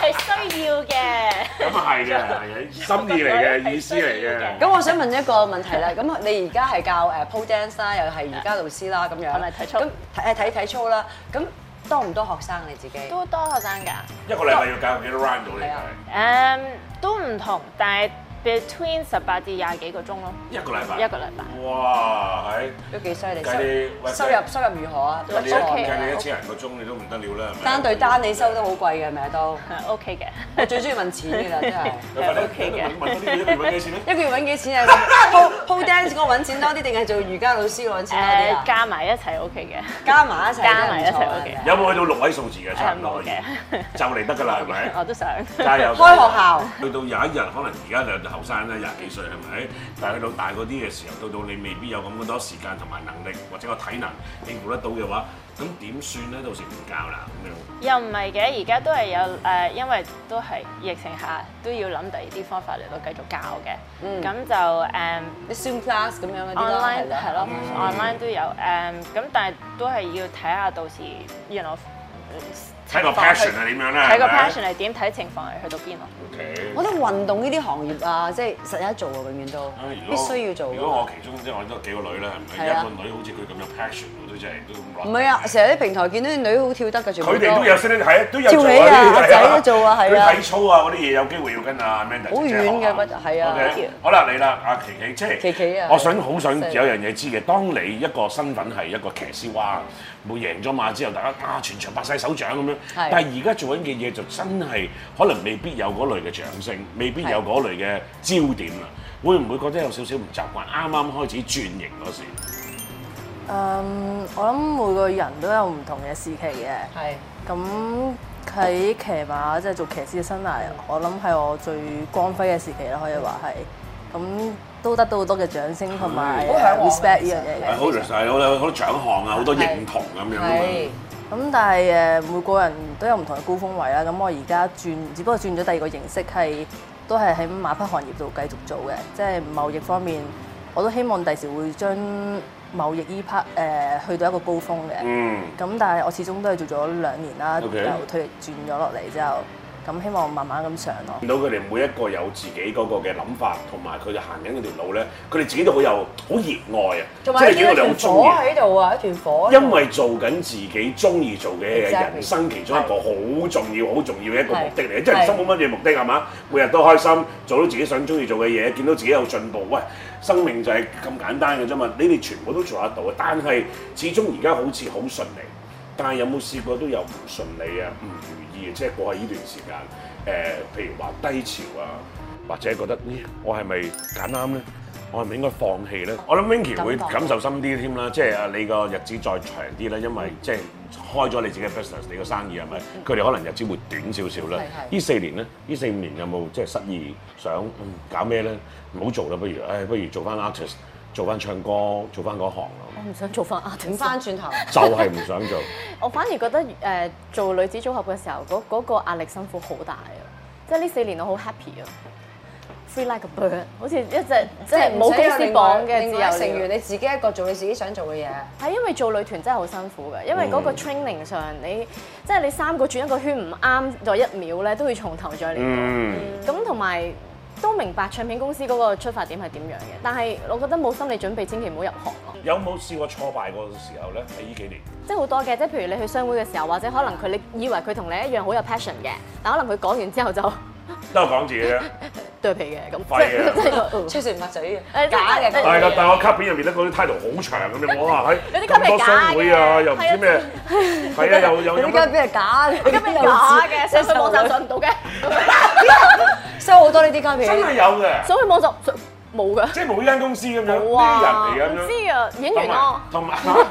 S5: 係需要嘅。
S2: 咁啊係嘅，係嘅，心意嚟嘅，意思嚟嘅。
S3: 咁我想問一個問題啦，咁你而家係教誒 à, pole dance 啦，又係瑜伽老師啦，咁樣，
S5: 同埋體操
S3: 咁誒睇體操啦，咁多唔多學生你自己？
S5: 都多學生㗎。
S2: 一個禮拜要教幾多 round 到你
S3: 係啊
S2: 係？
S5: 誒、都唔同，但係 between 十八至廿幾個鐘咯，
S2: 一個禮拜。
S5: 一個禮拜。
S2: 哇！係
S3: 都幾犀利，
S2: 計你喂
S3: 收收入收入如何啊？
S2: 計你一
S5: OK
S2: 計你一千人個鐘，你都唔得了啦，係咪？
S3: 單對單你收得好貴嘅，係咪啊都？
S5: 係 OK 嘅，
S3: 我最中意問錢㗎啦，真係。
S2: 你快啲
S5: 係 OK 嘅
S2: 問問多啲你一個月揾幾多錢咧？
S3: 一個月揾幾錢啊？pole pole dance 嗰個揾錢多啲，定係做瑜伽老師嗰個揾錢多啲
S5: 誒
S3: 啊？
S5: 加埋一齊 OK 嘅，
S3: 加埋一齊，
S5: 加埋一齊
S3: 真係唔錯啊
S5: OK
S2: 有冇去到六位數字嘅差唔
S5: 誒
S2: 多
S5: 冇
S2: 可以？
S5: 嘅，
S2: 就嚟得㗎啦，係咪？
S5: 我都想。
S2: 加油！
S3: 開學校。
S2: 去到有一日，可能而家就後生啦，廿幾歲係咪？但係去到大嗰啲嘅時候，到到你未必有咁多時間同埋能力，或者個體能應付得到嘅話，咁點算咧？到時唔教啦咁樣。
S5: 又唔係嘅，而家都係有誒、因為都係疫情下都要諗第二啲方法嚟到繼續教嘅，
S3: 嗯
S5: 咁、就誒。
S3: 你 Zoom class 咁樣嗰啲咯
S5: online
S3: 啦
S5: 係咯，online 都有誒，咁但係都係要睇下到時原來
S2: 睇個 passion 係點樣啦，
S5: 睇個
S2: 係咪
S5: passion 係點，睇情況係去到邊咯。
S2: OK
S3: 我覺得運動呢啲行業啊，即係實有得做啊，永遠都
S2: 啊如
S3: 必
S2: 果
S3: 須要做
S2: 如果
S3: 㗎。
S2: 我其中即係我都有幾個女啦，係咪？
S3: 係啊
S2: 一個女好似佢咁有 passion，我都真係都咁
S3: 唔係啊，成日啲平台見到啲女好跳得㗎，全部
S2: 佢哋都有識得睇，都有
S3: 照
S2: 做
S3: 起啊
S2: 呢啲嘢
S3: 阿仔都做啊係啊
S2: 佢體操啊嗰啲嘢有機會要跟啊 Manda
S3: 好
S2: 姐姐學
S3: 遠嘅
S2: 啊
S3: 不係啊
S2: OK，好啦，你啦，阿琪琪，即係
S3: 琪琪啊
S2: 我想好想
S3: 犀利
S2: 有樣嘢知嘅，當你一個身份係一個騎師，哇，冇贏咗馬之後，大家啊全場拍晒手掌咁樣，
S3: 係
S2: 但係而家做緊嘅嘢就真係可能未必有嗰類嘅掌聲，未必有嗰類嘅焦點啦。會唔會覺得有少少唔習慣？啱啱開始轉型嗰時，
S6: 嗯，我諗每個人都有唔同嘅時期嘅。
S3: 係
S6: 咁喺騎馬即係做騎師嘅生涯，我諗係我最光輝嘅時期啦，可以話係。咁都得到好多嘅掌聲同埋
S3: 好向往嘅
S6: respect
S3: 其
S6: 呢
S3: 實
S6: 樣嘢
S2: 係
S6: 嘅。
S2: 好曬，好多好多獎項啊，好多認同咁樣啊嘛。
S3: 係
S6: 咁但係誒每個人都有唔同嘅高峰位啦。咁我而家轉，只不過轉咗第二個形式，係都係喺馬匹行業度繼續做嘅，即係貿易方面，我都希望第時會將貿易呢 part 誒去到一個高峰嘅。
S2: 嗯。
S6: 咁但係我始終都係做咗兩年啦
S2: OK
S6: 由退役轉咗落嚟之後，咁希望慢慢咁上咯。
S2: 見到佢哋每一個有自己嗰個嘅諗法，同埋佢哋行緊嗰條路咧，佢哋自己都好有好熱愛啊！即
S3: 同埋
S2: 係
S3: 見
S2: 見
S3: 到
S2: 到你好
S3: 團
S2: 中
S3: 火
S2: 意，
S3: 喺度啊，一團火。
S2: 因為做緊自己中意做嘅嘢，
S3: Exactly
S2: 人生其中一個好重要、好重要嘅一個目的嚟。
S3: 係
S2: 即係人生冇乜嘢目的係嘛？每日都開心，做到自己想中意做嘅嘢，見到自己有進步。喂，生命就係咁簡單嘅啫嘛！你哋全部都做得到嘅，但係始終而家好似好順利，但係有冇試過都有唔順利啊、唔如意啊？即係過去呢段時間，誒、譬如話低潮啊，或者覺得咦，我係咪揀啱咧？我係咪應該放棄咧？我諗 Winky 會感受深啲添啦，即係啊，你個日子再長啲啦，因為即係開咗你自己嘅 business，你個生意係咪？佢哋可能日子會短少少啦。
S3: 係係
S2: 呢四年咧，呢四五年有冇即係失意，想嗯搞咩咧？唔好做啦，不如，唉，不如做翻 artist，做翻唱歌，做翻嗰行咯，
S4: 我唔想做翻 a
S3: 點翻轉頭？
S2: 就係唔想做。
S4: 我反而覺得誒、呃做女子組合嘅時候，嗰、嗰個壓力辛苦好大啊！即係呢四年我好 happy 啊，free like a bird，好似一隻即係冇公司綁嘅自
S3: 另
S4: 由
S3: 外
S4: 鳥
S3: 成員，你自己一個做你自己想做嘅嘢。
S4: 係因為做女團真係好辛苦嘅，因為嗰
S3: 嗯
S4: 個 training 上你即係你三個轉一個圈唔啱咗一秒咧，都要從頭再嚟過。
S2: 嗯，
S4: 咁同埋都明白唱片公司嗰個出發點係點樣嘅，但係我覺得冇心理準備，千祈唔好入行咯。
S2: 有冇試過挫敗嗰個時候咧？喺呢幾年，
S4: 即係好多嘅，即係譬如你去商會嘅時候，或者可能佢你以為佢同你一樣好有 passion 嘅，但可能佢講完之後就
S2: 都係講自己啫。
S4: 對皮嘅咁，
S2: 廢嘅
S4: 即係即係嗯
S3: 出成抹嘴
S4: 誒
S3: 嘅，假嘅
S4: 真係
S2: 但係但係我卡片入面咧，嗰啲 title 好長咁樣，我話喺
S4: 有啲
S2: 咁
S4: 卡片
S2: 多
S4: 係假
S2: 商會啊，
S4: 嘅
S2: 又唔知咩，係啊，又又有
S3: 你啲
S2: 乜
S3: 今日係假嘅， 你
S4: 假啊嘅，上去網站上唔到嘅，
S3: 收好多呢啲卡
S2: 真
S3: 片。
S2: 係有嘅，
S4: 上去網站上冇㗎。
S2: 即係冇呢間公司咁樣，呢
S4: 冇啊
S2: 啲人嚟
S4: 唔
S2: 咁樣。
S4: 知啊，演員咯，
S2: 同 埋啊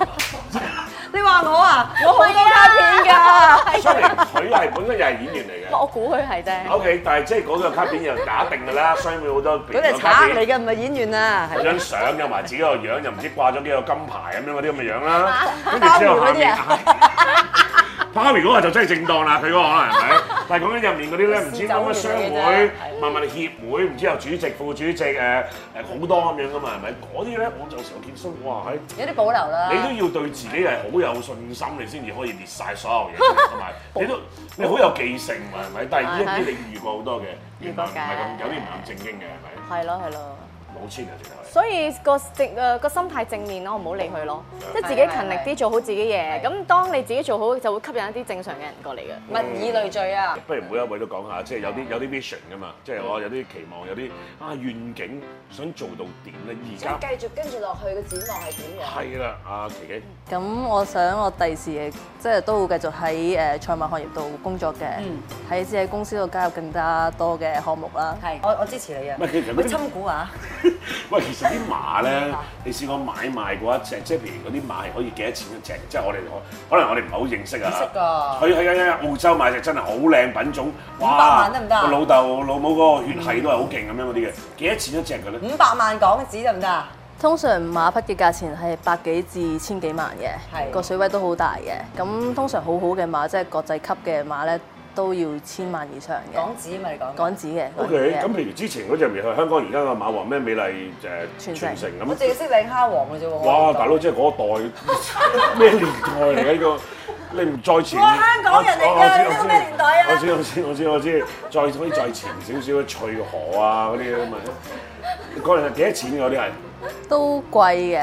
S3: 你話我啊，我好多卡片 㗎。
S2: ，sorry，佢係本身又係演員嚟 嘅。
S4: 我估佢係啫。
S2: O K，但係即係嗰個卡片又假定㗎啦，商會好多
S3: 佢哋
S2: 嗰
S3: 係賊嚟嘅，唔係演員啊。
S2: 嗰張相有埋自己個樣，又唔知掛咗幾個金牌咁樣嗰啲咁嘅樣啦。跟住之後下面，啊 拋嗰個就真係正當啦，佢嗰個可能係咪？ 但係講緊入面嗰啲咧，唔知乜乜商會、乜乜協會，唔知有主席、副主席誒誒好多咁樣噶嘛，係咪？嗰啲咧，我有時我見到哇喺〜
S3: 有啲保留啦。
S2: 你都要對自己係好有信心，你先至可以列晒所有嘢出嚟，同埋你 都你好有記性嘛，係咪？但係呢一啲你遇過好多嘅，原來唔係咁，有啲唔係咁正經嘅，係咪？
S4: 係咯係咯，
S2: 冇錢啊，直
S4: 所以個正誒個心態正面咯，唔好理佢咯，即係自己勤力啲做好自己嘢。咁當你自己做好，就會吸引一啲正常嘅人過嚟嘅。
S3: 物以類聚啊。
S2: 頭係。不如每一位都講下，即係有啲有啲 vision 噶嘛，
S3: 嗯
S2: 即係我有啲期望，有啲啊願景，想做到點咧？而
S3: 想
S2: 家
S3: 繼嗯續跟住落去嘅展望係點樣？
S2: 係啦，阿琪琪，
S6: 咁我想我第時亦即係都會繼續喺誒賽馬行業度工作嘅，喺自己公司度加入更加多嘅項目啦。
S3: 係，我我支持你啊！
S2: 唔係其實
S3: 喂，參股啊！ 嗯
S2: 喂，其實啲馬咧，你試過買賣過一隻，即係譬如嗰啲馬係可以幾多錢一隻？即係我哋可可能我哋唔係好認識啊。
S3: 識㗎
S2: 佢喺喺澳洲買隻真係好靚品種，
S3: 500萬得唔得啊
S2: 我老豆老母嗰個血氣都係好勁咁樣嗰啲嘅，幾多錢一隻嘅咧？
S3: 五百萬港紙得唔得啊？
S6: 通常馬匹嘅價錢係百幾至千幾萬嘅，
S3: 係
S6: 個水位都好大嘅。咁通常好好嘅馬，即係國際級嘅馬咧，都要千萬以上嘅
S3: 港紙嘛，你講。
S6: 港紙嘅。
S2: O
S6: 港紙
S2: K，
S6: 嘅
S2: 咁譬如之前嗰隻咪去香港，而家個馬王咩美麗誒
S6: 傳
S2: 傳
S6: 承
S2: 承
S3: 我
S2: 咁
S3: 淨，係識領蝦王嘅啫喎。
S2: 哇！
S3: 我
S2: 大佬即係嗰代 咩年代嚟嘅呢個？你唔再前，
S3: 我香港人嚟㗎
S2: 我我知
S3: 你知咩年代啊
S2: 我知我知我知我知，再可以再前少少嘅翠河啊嗰啲咁啊，嗰陣係幾多錢㗎嗰啲係
S6: 都貴嘅。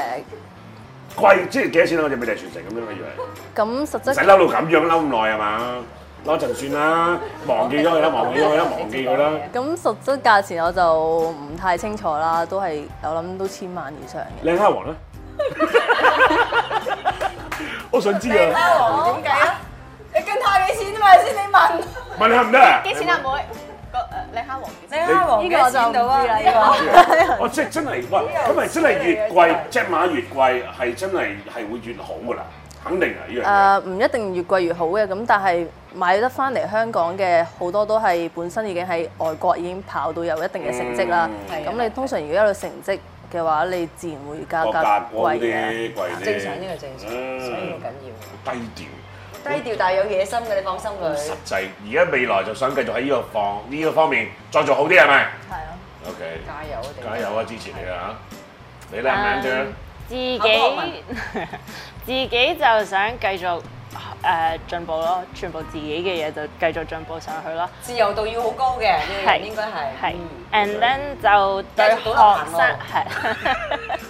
S2: 貴，即係幾多錢啊？嗰只美麗傳承咁樣我以為。
S6: 咁實
S2: 唔使嬲
S6: 質
S2: 到咁樣嬲咁耐係啊嘛？嬲陣算啦，忘記咗佢啦，忘記咗佢 啦，忘記佢啦。
S6: 咁實質價錢我就唔太清楚啦，都係我諗都千萬以上嘅。
S2: 靚蝦 王咧，啊我想知啊，
S3: 蝦王點計啊？你跟太幾錢啫啊嘛？先你問。
S2: 問你係唔得啊？
S4: 幾錢啊妹？個誒靚蝦王
S3: 領蝦王幾多錢到啊？呢 個
S2: 我即係真係，喂，咁咪真係越貴，只馬越貴，係真係係會越好噶啦，肯定係呢
S6: 啊誒唔一定越貴越好嘅，咁但係買得翻嚟香港嘅好多都係本身已經喺外國已經跑到有一定嘅成績啦。
S3: 嗯
S6: 咁你通常如果有成績嘅話，你自然會加
S2: 樣嘢。個價
S6: 價
S2: 高
S6: 貴嘅。
S2: 啲，貴啲。
S3: 正常呢個正常，
S2: 嗯
S3: 所以好緊
S2: 緊低調。
S3: 要。低調但係有野心嘅，你放心佢
S2: 實。際，而家未來就想繼續喺呢個方呢個方面再做好啲，係咪？係啊。O K。
S3: 加油啊！我哋
S2: 加油啊！支持你啊！你靚唔靚 啫？
S5: 自己
S3: 考國文
S5: 自己就想繼續誒、呃、進步咯，全部自己嘅嘢就繼續進步上去咯。
S3: 自由度要好高嘅，呢個人應該係。嗯
S5: 係。And then 就對
S3: 繼續倒
S5: 學
S3: 立行路
S5: 生係。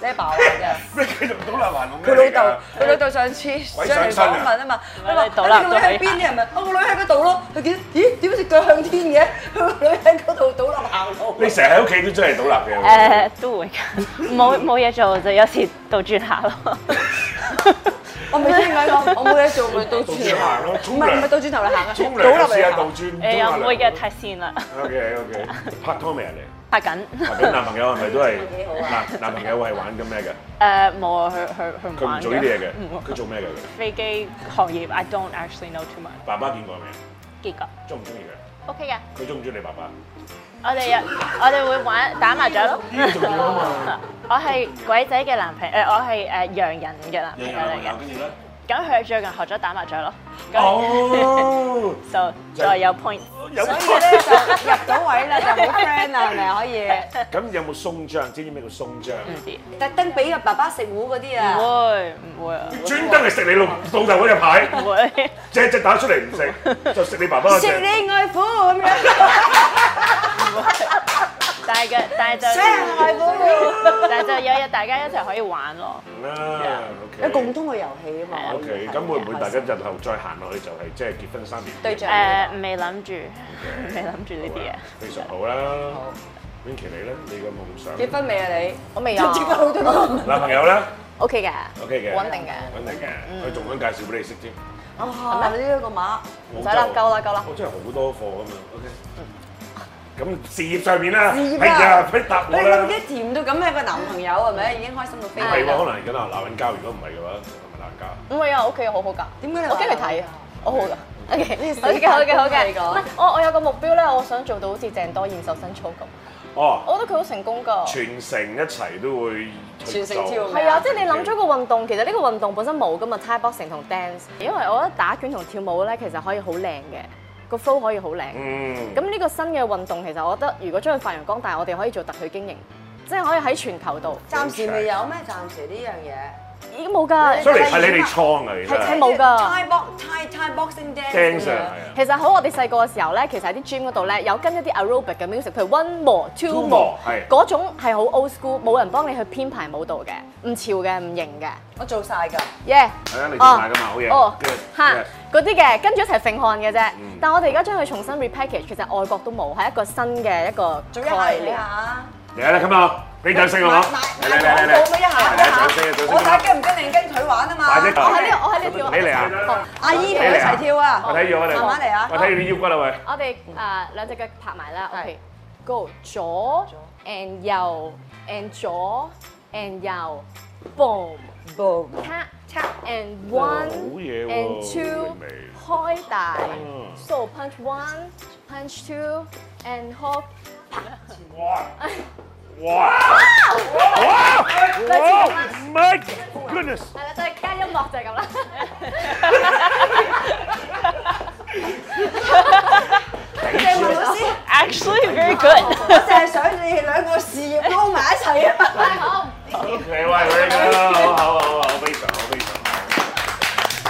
S3: 你係爆嘅。
S2: 咩繼續倒立還
S3: 佢老豆，佢老豆上次上
S2: 鬼上
S3: 嚟
S2: 身啊
S3: 訪問啊嘛，
S5: 咪
S3: 佢話：
S5: 你倒
S3: 你
S5: 立
S3: 個女喺邊啲人咪？我個女喺嗰度咯。佢見咦點解隻腳向天 嘅？佢個女喺嗰度倒立行路。
S2: 你成日喺屋企都真係倒立嘅。
S5: 誒都會㗎，冇冇嘢做就有時倒轉下咯。
S3: 我未聽過呢個，我冇嘢做咪倒
S2: 倒
S3: 轉
S2: 轉
S3: 行。
S2: 行咯，
S3: 唔
S2: 沖
S3: 係唔係
S2: 涼
S3: 倒轉頭嚟行啊，
S2: 沖
S3: 倒
S2: 涼
S3: 立
S2: 就試
S3: 嚟
S2: 下
S3: 行
S2: 倒 轉。
S5: 誒又唔會嘅，太線啦，
S2: O K O K，拍拖未啊你？
S5: 拍緊。
S2: 拍緊男朋友係咪都係
S3: 幾好啊
S2: 男男朋友係玩緊咩嘅？
S5: 誒冇啊，佢佢佢
S2: 佢唔
S5: 玩
S2: 做呢啲嘢
S5: 嘅
S2: 嘅，佢做咩嘅？佢
S5: 飛機行業，I don't actually know too much。
S2: 爸爸見過未？
S5: 結果
S2: 中唔中意佢？
S5: OK 啊嘅，
S2: 佢中唔中意你爸爸？
S5: 我哋有我哋會玩打麻雀咯。
S2: 呢個重要啊嘛。
S5: 我係鬼仔嘅男朋友，誒我係誒洋人嘅男朋
S2: 有
S5: 友
S2: 有有
S5: 嚟
S2: 有，
S5: 嘅。
S2: 跟住咧，
S5: 咁佢最近學咗打麻雀咯。咁
S2: 哦，
S5: 就再有 point。
S2: 有
S3: 所以咧就入到位啦，就好 friend 啦，係咪可以？
S2: 咁有冇鬆張？知唔知咩叫鬆張？
S5: 唔知
S3: 特登俾個爸爸食糊嗰啲
S5: 唔
S3: 啊，
S5: 會唔會啊？
S2: 專登嚟食你老老豆嗰隻牌，
S5: 唔會。
S2: 隻隻打出嚟唔食，就食你爸爸嗰
S3: 食
S2: 隻。
S3: 你外父咁樣，
S5: 但係嘅，但係
S3: 食人外
S5: 就，
S3: 父，
S5: 但係就有日大家一齊可以玩咯。
S2: 啦，OK。À,
S3: 有共通嘅遊戲啊嘛。
S2: O K，咁會唔會大家日後再行落去就係即係結婚三年？
S3: 對象
S5: 誒，呃未諗住，未諗住呢啲嘢。
S2: 非常好啦。Winky 你咧，你個夢想
S3: 結婚未啊你？
S4: 我未有
S3: 即刻好多個
S2: 男朋友咧
S4: OK 嘅，
S2: ，OK 嘅，
S4: 穩定嘅嗯
S2: 穩定嘅，佢仲想介紹俾你識添。
S3: 啊，係咪呢一個馬？
S2: 唔
S4: 使啦夠啦夠嗯啦
S2: 我真係好多課咁樣，OK。咁事業上面啦，
S3: 事業啊
S2: 哎呀，不如答我
S3: 你
S2: 啦
S3: 諗。幾甜到咁嘅個男朋友係咪？已經開心到飛
S2: 唔係
S3: 起
S4: 啊
S2: 喎，可
S3: 啦！
S2: 能而家鬧鬧緊交，如果唔係嘅話，係咪鬧交？
S4: 唔係啊，我屋企好好㗎。
S3: 點解你
S4: 我驚佢
S3: 話
S4: 睇
S3: 啊
S4: 啊，我好㗎。OK，
S3: 死
S4: 好嘅好嘅好
S3: 你
S4: 嘅。
S3: 講
S4: 唔係我我有個目標咧，我想做到好似鄭多燕瘦身操咁。
S2: 哦，
S4: 我覺得佢好成功㗎。
S2: 全城一齊都會去
S3: 全城跳
S2: 做
S3: 舞
S4: 係啊，即係你諗咗個運動，其實呢個運動本身冇噶嘛，Thai boxing 同 dance，因為我覺得打拳同跳舞咧，其實可以好靚嘅，個 flow 可以好靚。
S2: 嗯，
S4: 咁呢個新嘅運動，其實我覺得如果將佢發揚光大，我哋可以做特許經營，即係可以喺全球度。
S3: 暫時未有咩？暫時呢樣嘢
S4: 已經冇㗎，
S2: 所以係你哋創啊，其
S4: 係
S2: 實
S4: 係冇㗎。
S3: Thai box Thai Thai boxing dance
S2: 正常
S3: 咁樣
S2: 係啊。
S4: 其實喺我哋細個嘅時候咧，其實喺啲 gym 嗰度咧，有跟一啲 aerobic 嘅 music，譬如 one more two
S2: Two
S4: more，
S2: more，係
S4: 嗰種係好 old school，冇人幫你去編排舞蹈嘅，唔潮嘅，唔型嘅。
S3: 我做晒㗎。
S4: 耶！
S2: 係啊你做晒㗎嘛好嘢
S4: 哦
S2: Good，
S4: 嚇
S2: yes
S4: 嗰啲嘅，跟住一齊揈汗嘅啫
S2: 嗯。
S4: 但我哋而家將佢重新 repackage，其實外國都冇，係一個新嘅一個
S3: 做一下
S4: 概
S3: 嚟
S4: 念。
S3: 下，
S2: 嚟啦，咁啊，俾掌聲我好，嚟嚟嚟嚟
S3: 我冇
S2: 嚟，
S3: 一下，
S2: 嚟掌聲啊，掌聲
S3: 我
S2: 啊
S3: 睇，跟唔跟定跟佢玩啊嘛。
S2: 快啲
S4: 我喺呢度，我喺呢度跳。
S2: 你嚟啊！
S3: 阿姨同佢一齊跳
S2: 我
S3: 啊！
S2: 睇住我哋，
S3: 慢慢嚟啊
S2: 我睇住啲腰骨啦喂，
S4: 我哋誒兩隻腳拍埋啦，OK，go 左 and 右 and 左 and 右，boom boom，tap tap and
S2: 好
S4: one
S2: 嘢喎
S4: and two，開大，so punch one punch two and hop，
S2: 哇哇哇！My goodness！
S4: 係啦，就係加音樂就係咁啦。
S3: 鄭文老師，
S5: Actually very good。
S3: 我淨係想你哋兩個事業撈埋一齊啊嘛。
S2: OK，喂，喂，好好好好，非常好，非常好。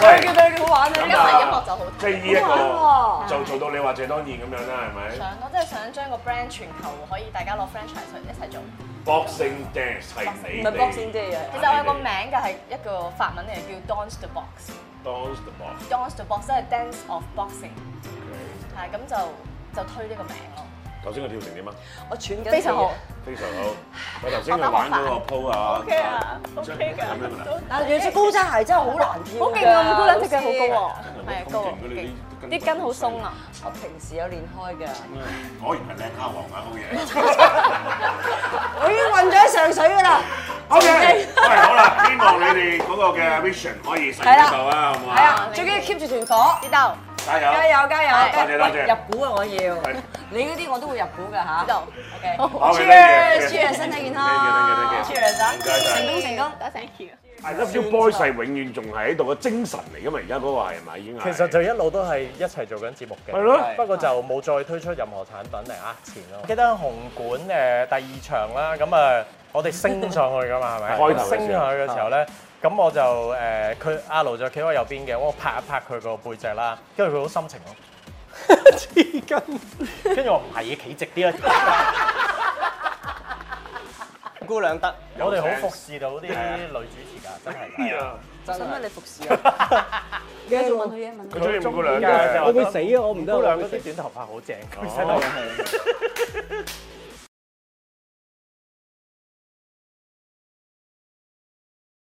S2: 喂，
S3: 叫對好玩啊！
S4: 因為音樂就好睇。
S2: 即係呢一
S3: 好
S2: 個就做到你話謝當然咁樣啦，係咪
S4: 想咯，即係想將個 brand 全球可以大家攞 franchise 去一齊做。
S2: ？Boxing dance 係你
S3: 唔係
S2: 哋
S3: boxing day 啊！
S4: 其實我有個名嘅係一個法文嚟嘅，叫 Dance the Box。
S2: ，dance the box。
S4: Dance the Box 即係 Dance of Boxing，係咁就就推呢個名咯。
S2: 頭先我跳成點啊？
S3: 我喘緊氣啊
S4: 非常好，
S2: 非常好。我頭先去玩嗰個 po 啊，OK 啊，OK 㗎，咁樣啊，
S3: 但係着高踭鞋真係好難跳㗎。
S4: 好勁啊！咁高兩隻腳
S3: 喎！
S4: 好高喎，
S2: 係
S4: 係啊高啊，
S2: 勁
S4: 啲筋好鬆
S2: à.
S4: 啊！
S3: 我平時有練開㗎，
S2: 果然係靚蝦王啊，好 嘢。
S3: 我已經混咗上水㗎啦。
S2: OK，喂，好啦，希望你哋嗰個嘅 vision 可以實現到啊，好唔好
S3: 係
S2: 啊？
S3: 啊，最緊要 keep 住團火，知道？
S2: 加油！
S3: 加油加油！
S2: 多謝多謝
S3: 喂入股啊我要
S2: 係，
S3: 你嗰啲我都會入股㗎嚇。
S4: 道
S3: ，OK。
S2: 好嘅
S3: Cheers，
S2: thank you
S3: cheers，身體健康
S2: Thank you，thank you，thank you
S3: ，Cheers 啊
S2: 唔該晒
S3: 成功成功。
S2: I love you boys 係永遠仲係喺度嘅精神嚟噶嘛，而家嗰個係咪已經係？
S9: 其實就一路都係一齊做緊節目嘅，
S2: 係咯
S9: 不過就冇再推出任何產品嚟呃錢咯。記得紅館誒呃第二場啦，咁啊我哋升上去噶 嘛，係咪？
S2: 開頭嘅時候啊
S9: 升上去嘅時候咧，咁我就誒佢阿盧就企喺我右邊嘅，我拍一拍佢個背脊啦，跟住佢好心情咯。黐筋，跟住我唔係企直啲啦。
S10: 姑娘得，
S9: 我哋好服侍到啲女主持㗎，真係。
S2: 係啊，
S3: 使乜你服侍啊？你繼續問佢嘢問佢。
S2: 佢中意五姑娘
S9: 㗎
S2: 嘅，
S10: 我會死啊！我唔得，
S9: 姑
S10: 我
S9: 娘
S10: 會
S9: 嗰
S10: 死
S9: 啲。短頭髮好正，佢
S2: 哦
S9: 細路